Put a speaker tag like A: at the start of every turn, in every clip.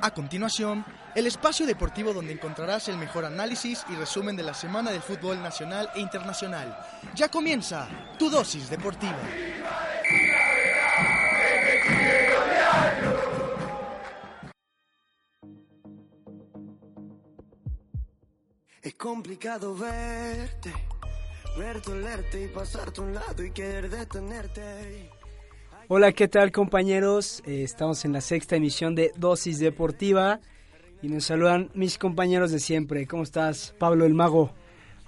A: A continuación, el espacio deportivo donde encontrarás el mejor análisis y resumen de la semana del fútbol nacional e internacional. Ya comienza tu dosis deportiva.
B: Es complicado verte, verte, olerte y pasarte a un lado y querer detenerte.
C: Hola, ¿qué tal compañeros? Eh, estamos en la sexta emisión de Dosis Deportiva y nos saludan mis compañeros de siempre. ¿Cómo estás, Pablo el Mago?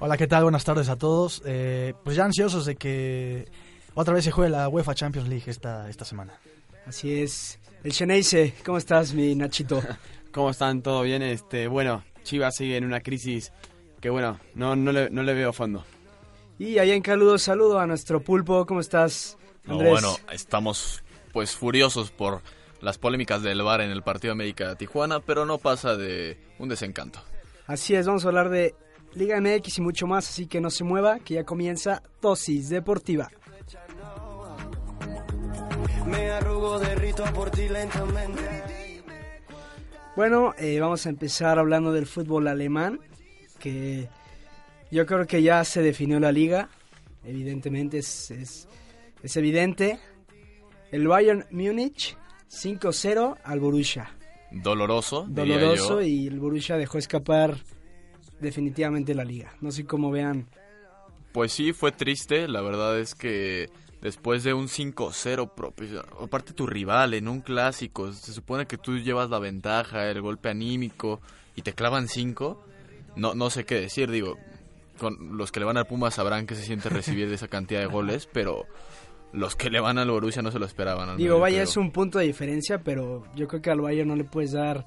D: Hola, ¿qué tal? Buenas tardes a todos. Eh, pues ya ansiosos de que otra vez se juegue la UEFA Champions League esta, esta semana.
C: Así es. El Cheneise, ¿cómo estás, mi Nachito?
E: ¿Cómo están? ¿Todo bien? Este, bueno, Chivas sigue en una crisis que, bueno, no, no, le, no le veo fondo.
C: Y allá en Caludo, saludo a nuestro pulpo. ¿Cómo estás,
F: No,
C: Andrés?
F: bueno, estamos pues furiosos por las polémicas del VAR en el partido América-Tijuana, pero no pasa de un desencanto.
C: Así es, vamos a hablar de Liga MX y mucho más, así que no se mueva, que ya comienza Dosis Deportiva.
B: Me arrugo, derrito por ti lentamente.
C: Bueno, eh, vamos a empezar hablando del fútbol alemán, que yo creo que ya se definió la liga, evidentemente es, es, es evidente. El Bayern Múnich 5-0 al Borussia.
F: Doloroso, diría
C: Doloroso
F: yo.
C: y el Borussia dejó escapar definitivamente la liga. No sé cómo vean.
F: Pues sí, fue triste. La verdad es que después de un 5-0 propio, aparte tu rival en un clásico, se supone que tú llevas la ventaja, el golpe anímico y te clavan 5. No, no sé qué decir, digo, con los que le van al Puma sabrán que se siente recibir de esa cantidad de goles, pero los que le van al Borussia no se lo esperaban. al
C: Digo,
F: menos,
C: vaya,
F: creo.
C: es un punto de diferencia, pero yo creo que al Bayern no le puedes dar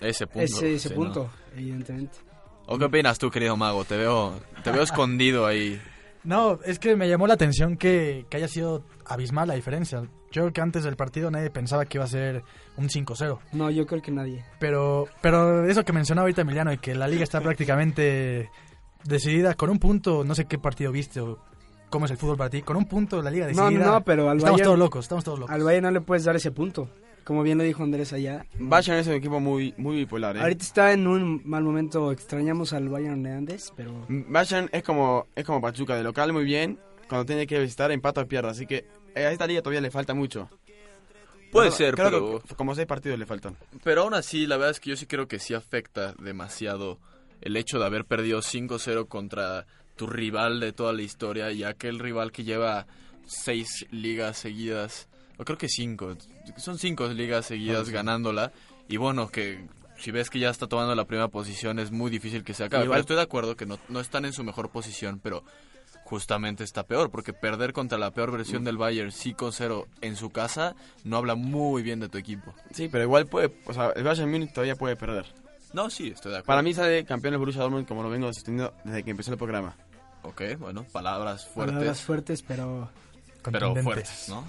F: ese punto.
C: ese, ese
F: sí, ¿no?
C: punto, evidentemente.
F: ¿O qué opinas tú, querido mago? Te veo, te veo escondido ahí.
D: No, es que me llamó la atención que, que haya sido abismal la diferencia. Yo creo que antes del partido nadie pensaba que iba a ser un 5-0.
C: No, yo creo que nadie.
D: Pero, pero eso que mencionaba ahorita Emiliano, de que la liga está prácticamente decidida con un punto, no sé qué partido viste o cómo es el fútbol para ti, con un punto la liga
C: No,
D: decidida.
C: no, no, pero al
D: Estamos
C: Bayern-
D: todos locos, estamos todos locos.
C: Al Bayern no le puedes dar ese punto. Como bien lo dijo Andrés allá.
E: Bayern es un equipo muy, muy bipolar, ¿eh?
C: Ahorita está en un mal momento. Extrañamos al Bayern de Andes, pero
E: Bayern es como, es como Pachuca, de local muy bien, cuando tiene que visitar empata o pierde, así que eh, a esta liga todavía le falta mucho.
F: Puede
E: Creo-
F: ser,
E: creo
F: pero,
E: que como seis partidos le faltan.
F: pero aún así, la verdad es que yo sí creo que sí afecta demasiado el hecho de haber perdido 5-0 contra tu rival de toda la historia y aquel rival que lleva seis ligas seguidas, o creo que cinco, son cinco ligas seguidas ganándola. Y bueno, que si ves que ya está tomando la primera posición, es muy difícil que se acabe.
E: Igual-
F: Pero estoy de acuerdo que no, no están en su mejor posición, pero justamente está peor, porque perder contra la peor versión del Bayern 5-0 en su casa no habla muy bien de tu equipo.
E: Sí, pero igual puede, o sea, el Bayern Múnich todavía puede perder.
F: No, sí, estoy de acuerdo.
E: Para mí sale campeón el Borussia Dortmund como lo vengo sosteniendo desde que empezó el programa.
F: Ok, bueno, palabras fuertes,
C: palabras fuertes, pero
F: pero
D: Contundentes.
F: fuertes, ¿no?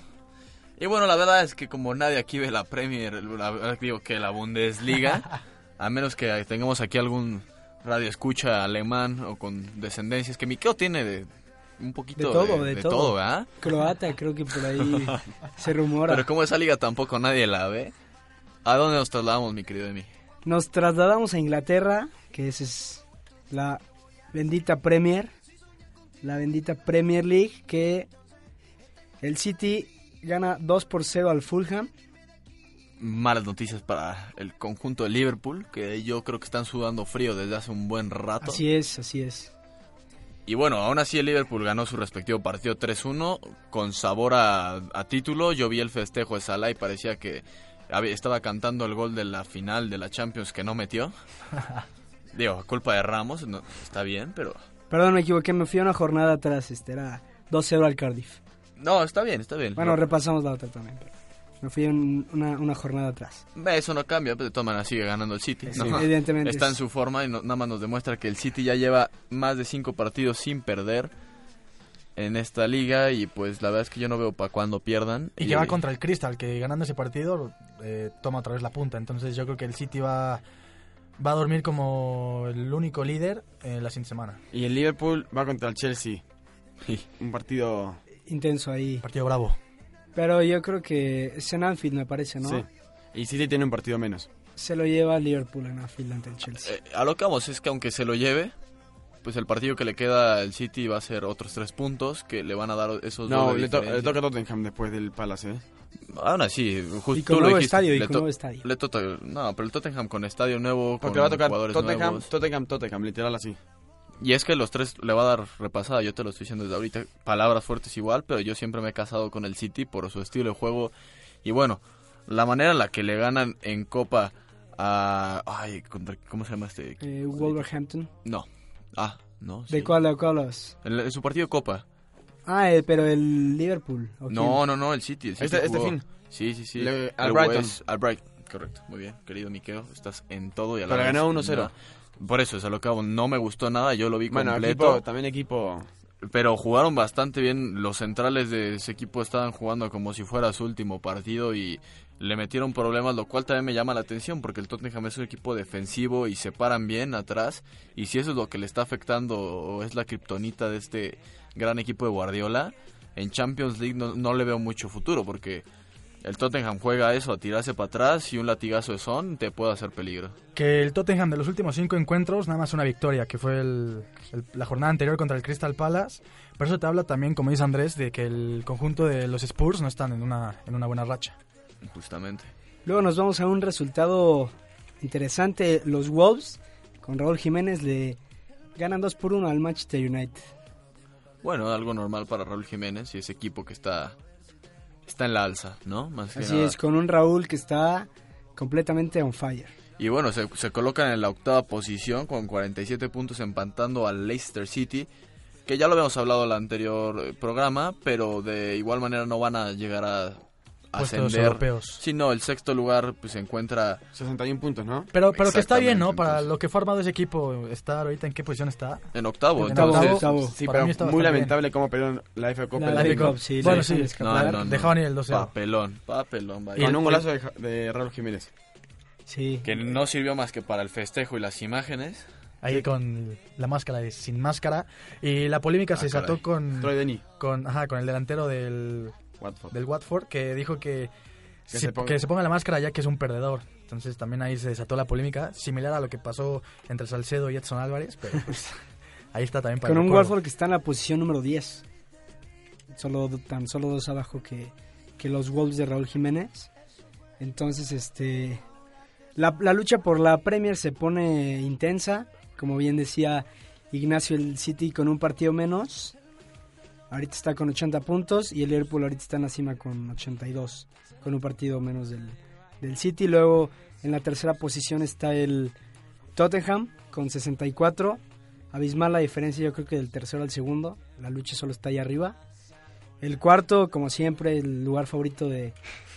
F: Y bueno, la verdad es que como nadie aquí ve la Premier, la- digo que la Bundesliga, a menos que tengamos aquí algún radio escucha alemán o con descendencias, que Miqueo tiene de un poquito
C: De todo, de todo.
F: ¿verdad?
C: croata creo que por ahí se rumora.
F: Pero como esa liga tampoco nadie la ve, ¿a dónde nos trasladamos, mi querido Emi?
C: Nos trasladamos a Inglaterra, que esa es la bendita Premier, la bendita Premier League, que el City gana 2 por 0 al Fulham.
F: malas noticias para el conjunto de Liverpool, que yo creo que están sudando frío desde hace un buen rato.
C: Así es, así es.
F: Y bueno, aún así el Liverpool ganó su respectivo partido 3-1 con sabor a, a título. Yo vi el festejo de Salah y parecía que había- estaba cantando el gol de la final de la Champions que no metió. Digo, culpa de Ramos, no- está bien, pero
C: Perdón, me equivoqué, me fui a una jornada atrás, este era 2-0 al Cardiff.
F: No, está bien, está bien.
C: Bueno,
F: No,
C: repasamos la otra también. pero me fui un- una, una jornada atrás.
F: eso no cambia, pero de todas maneras sigue ganando el City.
C: Sí,
F: ¿no?
C: evidentemente.
F: Está en su forma y no- nada más nos demuestra que el City ya lleva más de cinco partidos sin perder en esta liga y pues la verdad es que yo no veo para cuándo pierdan.
D: Y que va contra el Crystal, que ganando ese partido eh, toma otra vez la punta. Entonces yo creo que el City va, va a dormir como el único líder en la siguiente semana.
E: Y el Liverpool va contra el Chelsea. Un partido.
C: Intenso ahí.
D: Partido bravo.
C: Pero yo creo que es en Anfield, me parece, ¿no?
E: Sí. Y City tiene un partido menos.
C: Se lo lleva Liverpool en Anfield ante el Chelsea.
F: Eh, a lo que vamos es que aunque se lo lleve, pues el partido que le queda al City va a ser otros tres puntos que le van a dar esos
E: No,
F: dos de
E: le, to-
F: diferencia.
E: le toca a Tottenham después del Palace, ¿eh?
F: Aún así, justo
C: Y con
F: pues tú lo
C: nuevo
F: dijiste,
C: estadio, y
F: le
C: con
F: to-
C: nuevo estadio.
F: le toca- no, pero el Tottenham con estadio nuevo,
E: Porque
F: con
E: va a tocar
F: jugadores
E: Tottenham,
F: nuevos.
E: Tottenham, Tottenham, literal así.
F: Y es que los tres le va a dar repasada, yo te lo estoy diciendo desde ahorita, palabras fuertes igual, pero yo siempre me he casado con el City por su estilo de juego. Y bueno, la manera en la que le ganan en Copa a... Ay, contra- ¿cómo se llama este?
C: Eh, Wolverhampton.
F: No. Ah, no. sí.
C: ¿De cuál, de cuál hablas?
F: El- en su partido de Copa.
C: Ah, eh, pero el Liverpool. ¿o
F: No, no, no, el City. el City
E: Este- este
F: jugó.
E: fin.
F: Sí, sí, sí.
E: Le- al
F: El
E: Brighton.
F: West- al Brighton, correcto. Muy bien, querido Miqueo, estás en todo y a la
E: Pero
F: vez
E: ganó 1-0.
F: nada. Por eso, es a lo que hago. No me gustó nada, yo lo vi
E: Bueno,
F: completo.
E: equipo, también equipo.
F: pero jugaron bastante bien. Los centrales de ese equipo estaban jugando como si fuera su último partido y le metieron problemas, lo cual también me llama la atención porque el Tottenham es un equipo defensivo y se paran bien atrás. Y si eso es lo que le está afectando o es la kriptonita de este gran equipo de Guardiola, en Champions League no, no le veo mucho futuro porque el Tottenham juega eso, a tirarse para atrás y un latigazo de son te puede hacer peligro.
D: Que el Tottenham de los últimos cinco encuentros, nada más una victoria, que fue el- el- la jornada anterior contra el Crystal Palace. Pero eso te habla también, como dice Andrés, de que el conjunto de los Spurs no están en una, en una buena racha.
F: Justamente.
C: Luego nos vamos a un resultado interesante. Los Wolves, con Raúl Jiménez, le ganan 2 por 1 al Manchester United.
F: Bueno, algo normal para Raúl Jiménez y ese equipo que está está en la alza, ¿no? Más que
C: Así
F: nada.
C: es, con un Raúl que está completamente on fire.
F: Y bueno, se, se colocan en la octava posición con 47 puntos empatando al Leicester City, que ya lo habíamos hablado en el anterior eh, programa, pero de igual manera no van a llegar a
D: Puestos
F: ascender.
D: europeos.
F: Si no, el sexto lugar pues se encuentra
E: 61 puntos, ¿no?
D: Pero, pero que está bien, ¿no?
F: Exactamente,
D: Para
F: entonces.
D: lo que ha formado ese equipo, está ahorita en qué posición está.
F: en octavo.
D: En
F: entonces,
C: octavo.
E: Sí,
D: Para mí está
E: pero muy
D: bastante
E: lamentable cómo perdieron la FA Cup.
C: La
E: en
C: FA
E: el-
C: Cup, sí, la
D: bueno,
C: dejan
D: sí.
C: escapar.
D: No, no, no. Dejaban ir el 12
F: Papelón, papelón. vaya.
E: Con un golazo de, Ja- de Raúl Jiménez.
C: Sí.
F: Que no sirvió más que para el festejo y las imágenes.
D: Ahí con la máscara de sin máscara. Y la polémica
F: Ah,
D: se desató
F: caray.
D: con,
E: Troy Denny,
D: con, ajá, con el delantero del,
E: Watford.
D: del Watford que dijo que, si- que se
E: se ponga-
D: ponga la máscara ya que es un perdedor. Entonces también ahí se desató la polémica, similar a lo que pasó entre Salcedo y Edson Álvarez, pero pues ahí está también para
C: Con
D: el
C: un
D: recuerdo.
C: Watford que está en la posición número 10. Solo, tan solo dos abajo que, que los Wolves de Raúl Jiménez. Entonces, este. La, la lucha por la Premier se pone intensa. Como bien decía Ignacio, el City con un partido menos. Ahorita está con 80 puntos. Y el Liverpool ahorita está en la cima con 82. Con un partido menos del, del City. Luego en la tercera posición está el Tottenham con 64 abismal la diferencia yo creo que del tercero al segundo, la lucha solo está ahí arriba. El cuarto, como siempre, el lugar favorito de,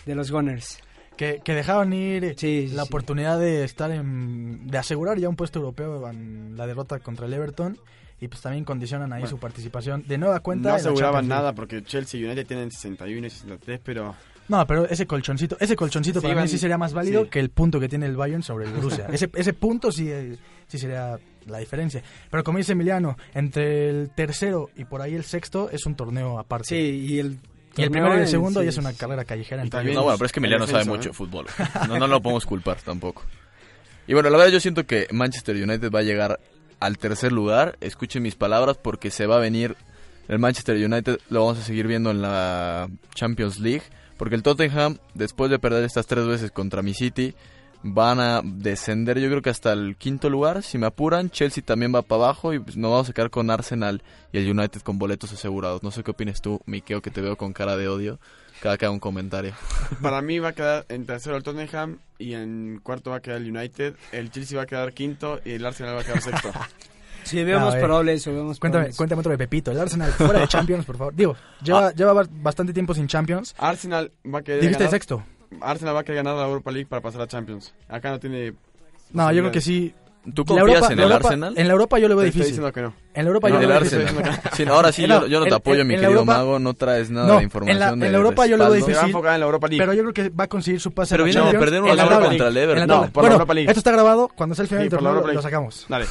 C: de los Gunners.
D: Que, que dejaron ir
C: Sí, sí,
D: la
C: sí.
D: oportunidad de estar en, de asegurar ya un puesto europeo en la derrota contra el Everton y pues también condicionan ahí
E: Bueno.
D: su participación de nueva cuenta.
E: No
D: en la
E: aseguraban
D: Champions League.
E: nada porque Chelsea y United tienen 61 y 63, pero
D: No, pero ese colchoncito, ese colchoncito
E: Sí,
D: para mí
E: van-
D: sí sería más válido
E: sí.
D: que el punto que tiene el Bayern sobre el Borussia. ese, ese punto sí, eh, sí sería la diferencia. Pero como dice Emiliano, entre el tercero y por ahí el sexto es un torneo aparte.
C: Sí, y el,
D: Y el primero y
C: torneo
D: el segundo
C: sí,
D: ya es una carrera callejera.
E: Y
D: entre
E: también-
D: ellos.
F: No, bueno, pero es que
E: en
F: Emiliano sabe
E: defensa,
F: mucho
E: ¿eh?
F: de fútbol. No, no lo podemos culpar tampoco. Y bueno, la verdad yo siento que Manchester United va a llegar al tercer lugar. Escuchen mis palabras porque se va a venir el Manchester United. Lo vamos a seguir viendo en la Champions League. Porque el Tottenham, después de perder estas tres veces contra mi City, van a descender yo creo que hasta el quinto lugar. Si me apuran, Chelsea también va para abajo y pues, nos vamos a quedar con Arsenal y el United con boletos asegurados. No sé qué opinas tú, Miqueo, que te veo con cara de odio. Cada que haga un comentario.
E: para mí va a quedar en tercero el Tottenham y en cuarto va a quedar el United, el Chelsea va a quedar quinto y el Arsenal va a quedar sexto.
C: Sí, vemos
D: a ver.
C: probable eso, vemos
D: Cuéntame,
C: probable eso.
D: cuéntame otro de Pepito. El Arsenal fuera de Champions, por favor. Digo, lleva, lleva ba- bastante tiempo sin Champions.
E: Arsenal va a querer
D: Dijiste
E: ganar,
D: sexto.
E: Arsenal va a querer ganar la Europa League para pasar a Champions. Acá no tiene
D: No, yo creo que sí.
F: ¿Tú
D: La
F: confías
D: Europa-
F: en
D: la
F: el
D: Europa-
F: Arsenal?
D: En la Europa yo lo veo
E: te estoy
D: difícil.
E: diciendo que no.
D: En la Europa
E: No,
D: yo
F: En
D: lo
F: el
D: veo
E: estoy
D: difícil.
E: diciendo
F: Arsenal. Sí, no, ahora sí,
D: No,
F: yo, yo no
D: en-
F: te apoyo, mi
D: en la
F: querido
D: Europa-
F: mago. No traes nada
D: No, en
F: de
D: la-
F: información.
D: en
F: de
D: la Europa yo lo
F: respaldo.
D: veo
E: Se va a
D: difícil.
E: enfocar en la Europa League.
D: Pero yo creo que va a conseguir su pase
F: Pero
D: a la
F: viene de
D: Champions
F: perder
D: en la
F: 1-0
D: tabla.
F: contra el
D: En la
F: Everton.
D: tabla.
E: No, por la
D: Bueno,
E: Europa League.
D: Esto está grabado. Cuando sea el final
E: Sí,
D: del
E: por la
D: torneo lo
E: Europa League.
D: sacamos.
E: Dale.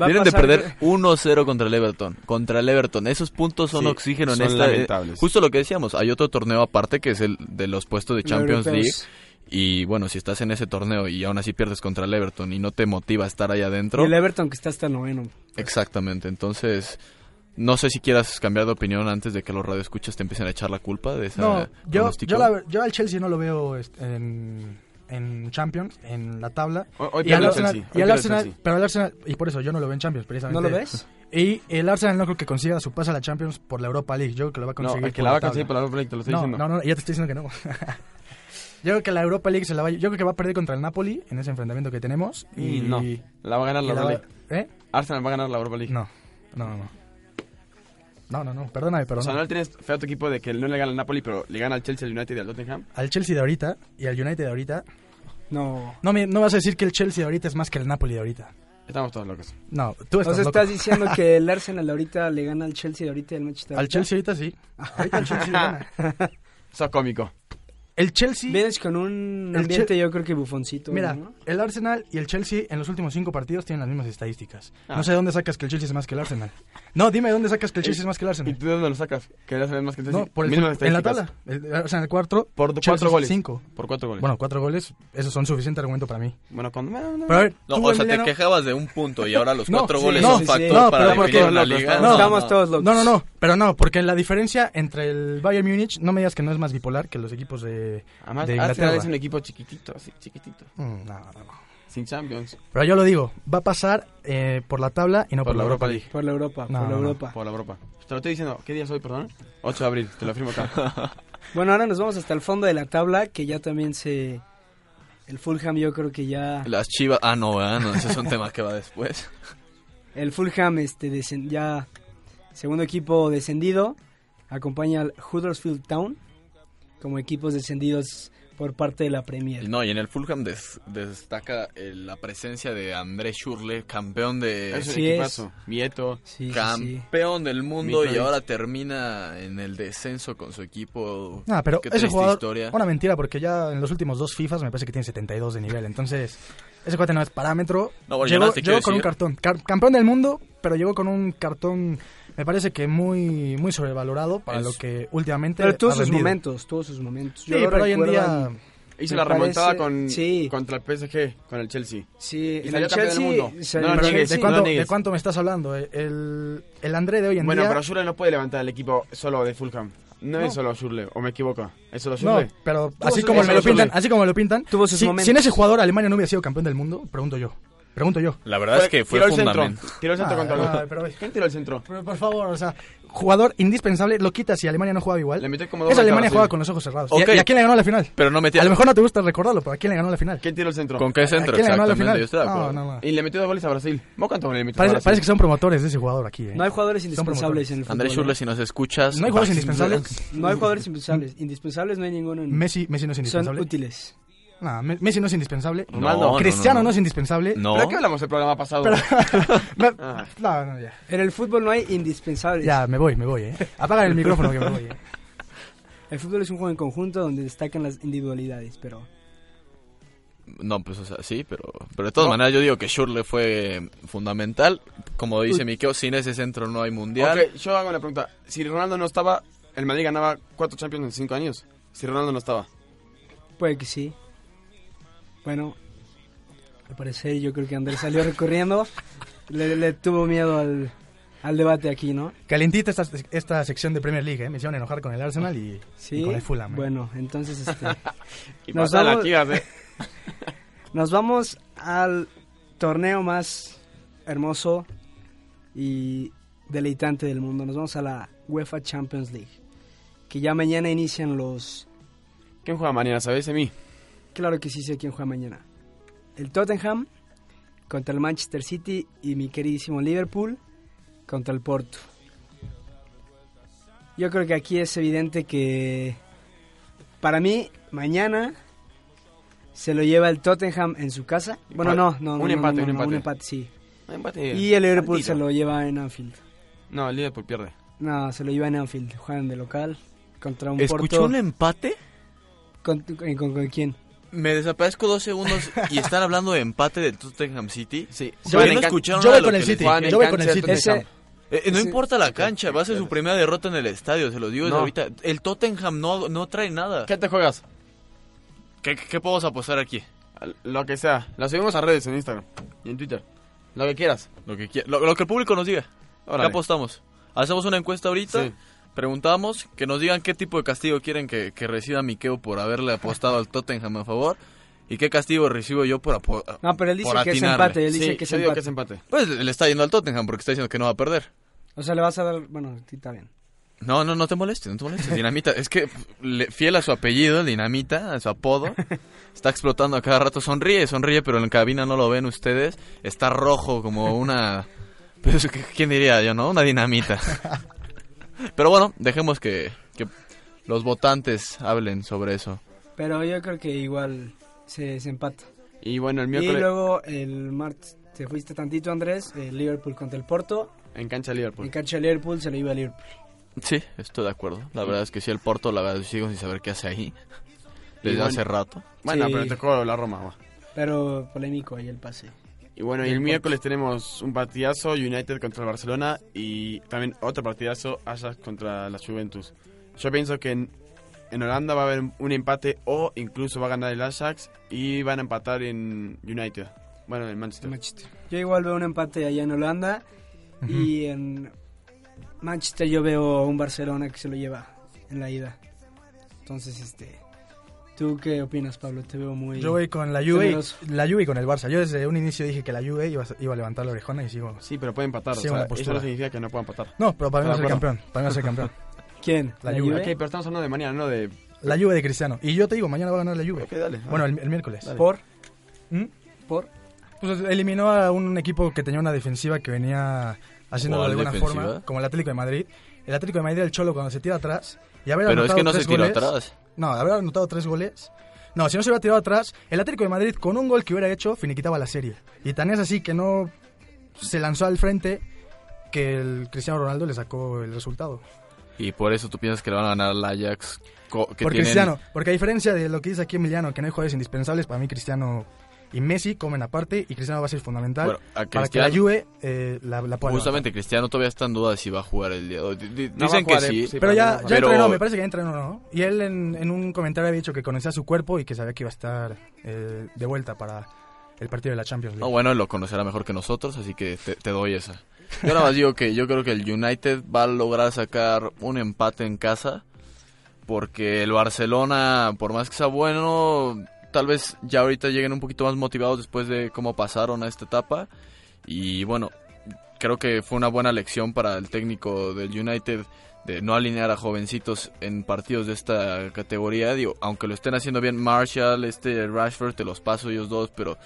C: Va a
F: Vienen de
C: pasar-
F: perder 1-0 contra el Everton. Contra el Everton. Esos puntos son
E: Sí,
F: oxígeno
E: son
F: en esta. eh,
E: lamentables.
F: Justo lo que decíamos. Hay otro torneo aparte que es el de los puestos de
C: Los
F: Champions
C: europeos.
F: League. Y bueno, si estás en ese torneo y aún así pierdes contra el Everton y no te motiva estar ahí
C: Y
F: adentro.
C: el Everton que está hasta noveno.
F: Exactamente. Entonces, no sé si quieras cambiar de opinión antes de que los radioescuchas te empiecen a echar la culpa de esa
E: Ah,
D: No, yo,
F: pronóstico.
D: yo, la- yo al Chelsea no lo veo este, en, en Champions, en la tabla.
E: Hoy,
D: Y
E: hoy
D: al
E: pierde el
D: Arsenal,
E: Chelsea.
D: y
E: hoy
D: al
E: pierde el
D: Arsenal,
E: Chelsea.
D: pero al Arsenal, y por eso yo no lo veo en Champions, precisamente.
C: ¿No lo ves?
D: Y el Arsenal no creo que consiga su pase a la Champions por la Europa League. Yo creo que lo va a
E: No,
D: conseguir.
E: el que
D: por
E: la va a
D: tabla.
E: conseguir por la Europa League, te lo estoy
D: No,
E: diciendo.
D: no, no, ya te estoy diciendo que no. yo creo que la Europa League se la va a- Yo creo que va a perder contra el Napoli en ese enfrentamiento que tenemos. Y
E: Mm, no.
D: y
E: La va a ganar la
D: la
E: Europa
D: va-
E: League.
D: ¿Eh?
E: Arsenal va a ganar la Europa League.
D: No, no, no. no. No, no, no, perdóname,
E: O
D: perdóname.
E: sea, no le tienes feo a tu equipo de que no le gana al Napoli, pero le gana al Chelsea, al United y al Tottenham.
D: Al Chelsea de ahorita y al United de ahorita.
C: No.
D: No, me, no vas a decir que el Chelsea de ahorita es más que el Napoli de ahorita.
E: Estamos todos locos.
D: No, tú estás,
C: Entonces
D: loco.
C: estás diciendo que el Arsenal ahorita le gana al Chelsea de ahorita y al Manchester
D: Al Chelsea ahorita sí. Ahorita el Chelsea gana.
E: Eso es cómico.
D: El Chelsea...
C: Vienes con un
D: El
C: ambiente yo creo que bufoncito.
D: Mira,
C: ¿no?
D: el Arsenal y el Chelsea en los últimos cinco partidos tienen las mismas estadísticas.
E: Ah.
D: No sé de dónde sacas que el Chelsea es más que el Arsenal. No, dime de dónde sacas que el Chelsea es más que el
E: ¿Y
D: Arsenal.
E: tú de dónde lo sacas? Que le hacen más que el Chelsea.
D: No, por el,
E: Mismas
D: en la
E: estadísticas.
D: tabla. El Arsenal 4,
E: Por cuatro goles.
D: cinco.
E: Por cuatro goles.
D: Bueno, cuatro goles, esos son suficiente argumento para mí.
E: bueno con...
D: Pero a ver,
F: No,
D: tú,
F: o sea,
D: Emiliano-
F: te quejabas de un punto y ahora los
D: No,
F: cuatro
D: sí,
F: goles
D: no,
F: son
D: sí,
F: factor
D: sí. No, pues,
F: para
D: pero
F: definir
D: todos
F: una
E: locos,
F: liga.
E: no,
C: estamos todos locos.
D: No, no, no, pero no, porque la diferencia entre el Bayern Múnich, no me digas que no es más bipolar que los equipos de...
E: Además,
D: de
E: Arsenal
D: Inglaterra.
E: es un equipo chiquitito, así, chiquitito.
D: Mm, no, no, no.
E: Sin Champions.
D: Pero yo lo digo, va a pasar eh, por la tabla y no por, la Europa League.
C: Por la Europa, por
D: No,
C: la
D: no, no,
C: Europa.
E: Por la Europa. Te lo estoy diciendo. ¿Qué día es hoy, perdón? 8 de abril, te lo afirmo acá.
C: Bueno, ahora nos vamos hasta el fondo de la tabla, que ya también se... El Fulham yo creo que ya...
F: Las chivas. Ah, no, ah, no, ese es un tema que va después.
C: El Fulham este, descen- ya segundo equipo descendido. Acompaña al Huddersfield Town como equipos descendidos por parte de la Premier.
F: No, y en el Fulham des- destaca eh, la presencia de André Schurle, campeón de.
E: Es un
C: Así es.
E: equipazo. Vieto.
C: Sí, sí, sí.
F: campeón del mundo
E: Mitrovic.
F: y ahora termina en el descenso con su equipo.
D: No, Ah, pero
F: Qué
D: ese
F: triste
D: jugador,
F: historia.
D: una mentira, porque ya en los últimos dos FIFAs me parece que tiene 72 de nivel, entonces ese cuate no es parámetro.
F: No, bueno, yo
D: llegó
F: nada más te
D: llegó
F: quiero
D: con un
F: decir-
D: cartón, Car- campeón del mundo, pero llegó con un cartón, me parece que muy muy sobrevalorado para
F: Es-
D: lo que últimamente
C: Pero tuvo
D: ha
C: sus
D: rendido.
C: momentos, tuvo sus momentos.
D: Sí,
C: Yo lo
D: pero hoy en
C: recuerdo
D: día...
C: en-
E: Hizo
C: Me
E: la remontada
C: parece-
E: con,
C: sí.
E: contra el PSG, con el Chelsea.
C: Sí, en
E: salió
C: el
E: campeón del
C: Chelsea...
E: mundo.
C: se-
E: No,
C: el
E: no,
D: pero
E: niegues,
C: Chelsea-
D: ¿de, cuánto,
E: no niegues.
D: ¿De cuánto me estás hablando? Eh, El, el André de hoy en
E: Bueno,
D: día...
E: pero Shurley no puede levantar el equipo solo de Fulham. No, es solo Shurley, o me equivoco. Es solo
D: No,
E: Shurley.
D: pero
E: Tuvo
D: así
E: sus-
D: como me lo
E: tuvo sus-
D: pintan, así como me lo pintan,
C: Tuvo sus
D: si,
C: momentos.
D: si en ese jugador Alemania no hubiera sido campeón del mundo, pregunto yo, pregunto yo.
F: La verdad es que fue
E: tiró el centro.
F: fundamental.
E: Tiró el centro
D: Ah,
E: contra
D: ah, pero-
E: ¿Quién tiró el centro?
D: Pero por favor, o sea, jugador indispensable, lo quitas si Alemania no jugaba igual.
E: Le metió como dos
D: Esa Alemania
E: marcas a
D: jugaba
E: Brasil.
D: con los ojos cerrados.
F: Ok.
D: ¿Y, a, y a quién le ganó la final?
F: Pero no metía.
D: A lo mejor no te gusta recordarlo, pero ¿a quién le ganó la final?
E: ¿Quién tiró el centro?
F: ¿Con qué
D: ¿A
F: centro?
D: quién le ganó la
F: Exactamente.
D: final?
F: Yo estoy de
D: no,
F: acuerdo.
D: no, no.
E: Y le metió dos goles a Brasil. ¿Vos cuántos goles le metió a
D: Parece,
E: Brasil?
D: parece que son promotores de ese jugador aquí, ¿eh?
C: No hay jugadores indispensables en el fútbol.
F: André
C: ¿eh?
F: Schurle, si nos escuchas.
D: ¿No hay jugadores
F: vas-
D: indispensables.
C: No hay jugadores indispensables. Indispensables no hay ninguno. en-
D: Messi, Messi no es
C: Son
D: indispensable.
C: útiles.
D: No, Me- Messi no es indispensable.
F: No,
E: Ronaldo.
F: no, no,
D: Cristiano no,
F: no.
D: es indispensable.
F: No.
E: ¿Pero qué hablamos el programa pasado?
D: Me-
E: Ah.
D: No, no, ya.
C: En el fútbol no hay indispensables.
D: Ya, me voy, me voy, ¿eh? Apaga el micrófono que me voy, ¿eh?
C: El fútbol es un juego en conjunto donde destacan las individualidades, pero
F: No, pues o sea, sí, pero, pero de todas maneras yo digo que Schurle fue fundamental. Como dice Miquel, sin ese centro no hay mundial.
E: Ok, yo hago la pregunta. Si Ronaldo no estaba, el Madrid ganaba cuatro Champions en cinco años. Si Ronaldo no estaba.
C: puede que sí. Bueno, al parecer yo creo que Andrés salió recorriendo. Le, le tuvo miedo al, al debate aquí, ¿no?
D: Calientita esta, esta sección de Premier League, ¿eh? Me hicieron enojar con el Arsenal y,
C: Sí.
D: y con el Fulham. ¿eh?
C: Bueno, entonces este,
E: Y
C: Nos
E: pasaron
C: vamos-
E: las chivas, eh.
C: nos vamos al torneo más hermoso y deleitante del mundo. Nos vamos a la UEFA Champions League, que ya mañana inician los
E: ¿Quién juega mañana? ¿Sabéis de mí?
C: Claro que sí sé quién juega mañana. El Tottenham contra el Manchester City y mi queridísimo Liverpool contra el Porto. Yo creo que aquí es evidente que para mí mañana se lo lleva el Tottenham en su casa. Bueno, no, no,
E: Un
C: no,
E: empate,
C: no, no,
E: un
C: no,
E: empate.
C: sí.
E: Empate.
C: Y el Liverpool
E: Tantito.
C: se lo lleva en Anfield.
E: No, el Liverpool pierde.
C: No, se lo lleva en Anfield, juegan de local contra un
F: ¿Escuchó
C: Porto.
F: un empate?
C: Con, con- con- con quién?
F: Me desaparezco dos segundos y están hablando de empate del Tottenham City.
E: Sí.
F: Yo
A: Yo
F: no
A: voy con-
F: escucharon
A: yo voy
F: nada de
A: con
F: lo
A: el
F: que les
A: City.
F: van
A: Yo voy con el City.
C: Ese,
F: Eh, eh, no
C: Ese-
F: importa la cancha, va a ser su primera derrota en el estadio, se lo digo desde
E: No.
F: ahorita. El Tottenham no, no trae nada.
E: ¿Qué te juegas?
F: ¿Qué, qué podemos apostar aquí?
E: Lo que sea. Lo subimos a redes en Instagram y en Twitter. Lo que quieras.
F: Lo que, quiera- lo, lo que el público nos diga.
E: Órale.
F: ¿Qué apostamos? Hacemos una encuesta ahorita,
E: Sí.
F: preguntamos, que nos digan qué tipo de castigo quieren que, que reciba Miqueo por haberle apostado al Tottenham a favor y qué castigo recibo yo por, apo-
C: no, pero él dice
F: por
C: que es
F: atinarle.
C: empate, él dice
E: Sí,
C: que es
E: yo digo
C: empate.
E: que es empate.
F: Pues le está yendo al Tottenham porque está diciendo que no va a perder.
C: O sea, le vas a dar, bueno, sí, está bien.
F: No, no, no te molestes, no te molestes. Dinamita, es que le- fiel a su apellido, el Dinamita, a su apodo, está explotando a cada rato. Sonríe, sonríe, pero en la cabina no lo ven ustedes. Está rojo como una... pues, ¿qu- ¿Quién diría yo, no? Una dinamita. Pero bueno, dejemos que, que los votantes hablen sobre eso.
C: Pero yo creo que igual se, se empata.
E: Y bueno, el
C: Y
E: miércoles
C: luego el martes te fuiste tantito, Andrés. El Liverpool contra el Porto.
E: en cancha
C: En
E: Liverpool.
C: cancha de Liverpool se lo iba a Liverpool.
F: Sí, estoy de acuerdo. La verdad es que sí, el Porto, la verdad, sigo sin saber qué hace ahí.
E: Y
F: Desde
E: bueno.
F: hace rato.
E: Bueno,
C: Sí.
E: pero te juego la Roma. va.
C: Pero polémico ahí el pase.
E: Y bueno, y el miércoles tenemos un partidazo United contra el Barcelona y también otro partidazo Ajax contra la Juventus. Yo pienso que en, en Holanda va a haber un empate o incluso va a ganar el Ajax y van a empatar en United. Bueno, en Manchester.
C: Manchester. Yo igual veo un empate allá en Holanda. Y en Manchester yo veo un Barcelona que se lo lleva en la ida. Entonces, este. ¿Tú qué opinas, Pablo? Te veo muy.
D: Yo voy con la Juve,
C: Generoso.
D: y- la Juve y con el Barça. Yo desde un inicio dije que la Juve iba a, iba a levantar la orejona y sigo.
E: Sí, pero puede empatar.
D: Sí,
E: o sea,
D: una
E: eso
D: postura.
E: no significa que no pueda empatar.
D: No, pero para mí va a
E: Estoy
D: ser
E: de
D: campeón. Para mí va a ser campeón.
C: ¿Quién?
D: La Juve.
E: Ok, pero estamos hablando de mañana, no de...
D: La Juve de Cristiano. Y yo te digo, mañana va a ganar la Juve.
E: Ok, dale.
D: Bueno, el, el miércoles.
C: ¿Por?
D: ¿Mm?
C: ¿Por?
D: Pues eliminó a un equipo que tenía una defensiva que venía haciéndolo de
F: ¿Cuál
D: alguna
F: defensiva?
D: forma, como el Atlético de Madrid. El Atlético de Madrid, el Cholo, cuando se tira atrás. Y haber
F: Pero es
D: anotado
F: que no
D: tres
F: se tiró
D: goles-
F: atrás.
D: No, haber anotado tres goles. No, si no se hubiera tirado atrás, el Atlético de Madrid con un gol que hubiera hecho finiquitaba la serie. Y tan es así que no se lanzó al frente que el Cristiano Ronaldo le sacó el resultado.
F: Y por eso tú piensas que le van a ganar al Ajax. co- Que
D: Por
F: tienen-
D: Cristiano, porque a diferencia de lo que dice aquí Emiliano, que no hay jugadores indispensables, para mí Cristiano y Messi comen aparte y Cristiano va a ser fundamental
F: Bueno, a
D: para que
F: Cristiano-
D: la Juve eh, la, la pueda
F: Justamente Cristiano todavía está en duda de si va a jugar el día de hoy. Di- pues, di-
E: No
F: Dicen
E: va a
F: que
E: jugar,
F: sí.
E: eh, sí,
D: Pero ya,
E: no va a
D: ya
F: Pero-
D: entrenó, me parece que ya entrenó, ¿no? Y él en, en un comentario había dicho que conocía su cuerpo y que sabía que iba a estar eh, de vuelta para el partido de la Champions League.
F: No, bueno, lo conocerá mejor que nosotros, así que te, te doy esa. Yo nada más digo que yo creo que el United va a lograr sacar un empate en casa. Porque el Barcelona, por más que sea bueno, tal vez ya ahorita lleguen un poquito más motivados después de cómo pasaron a esta etapa. Y bueno, creo que fue una buena lección para el técnico del United de no alinear a jovencitos en partidos de esta categoría. Digo, aunque lo estén haciendo bien Marshall, este Rashford, te los paso ellos dos, pero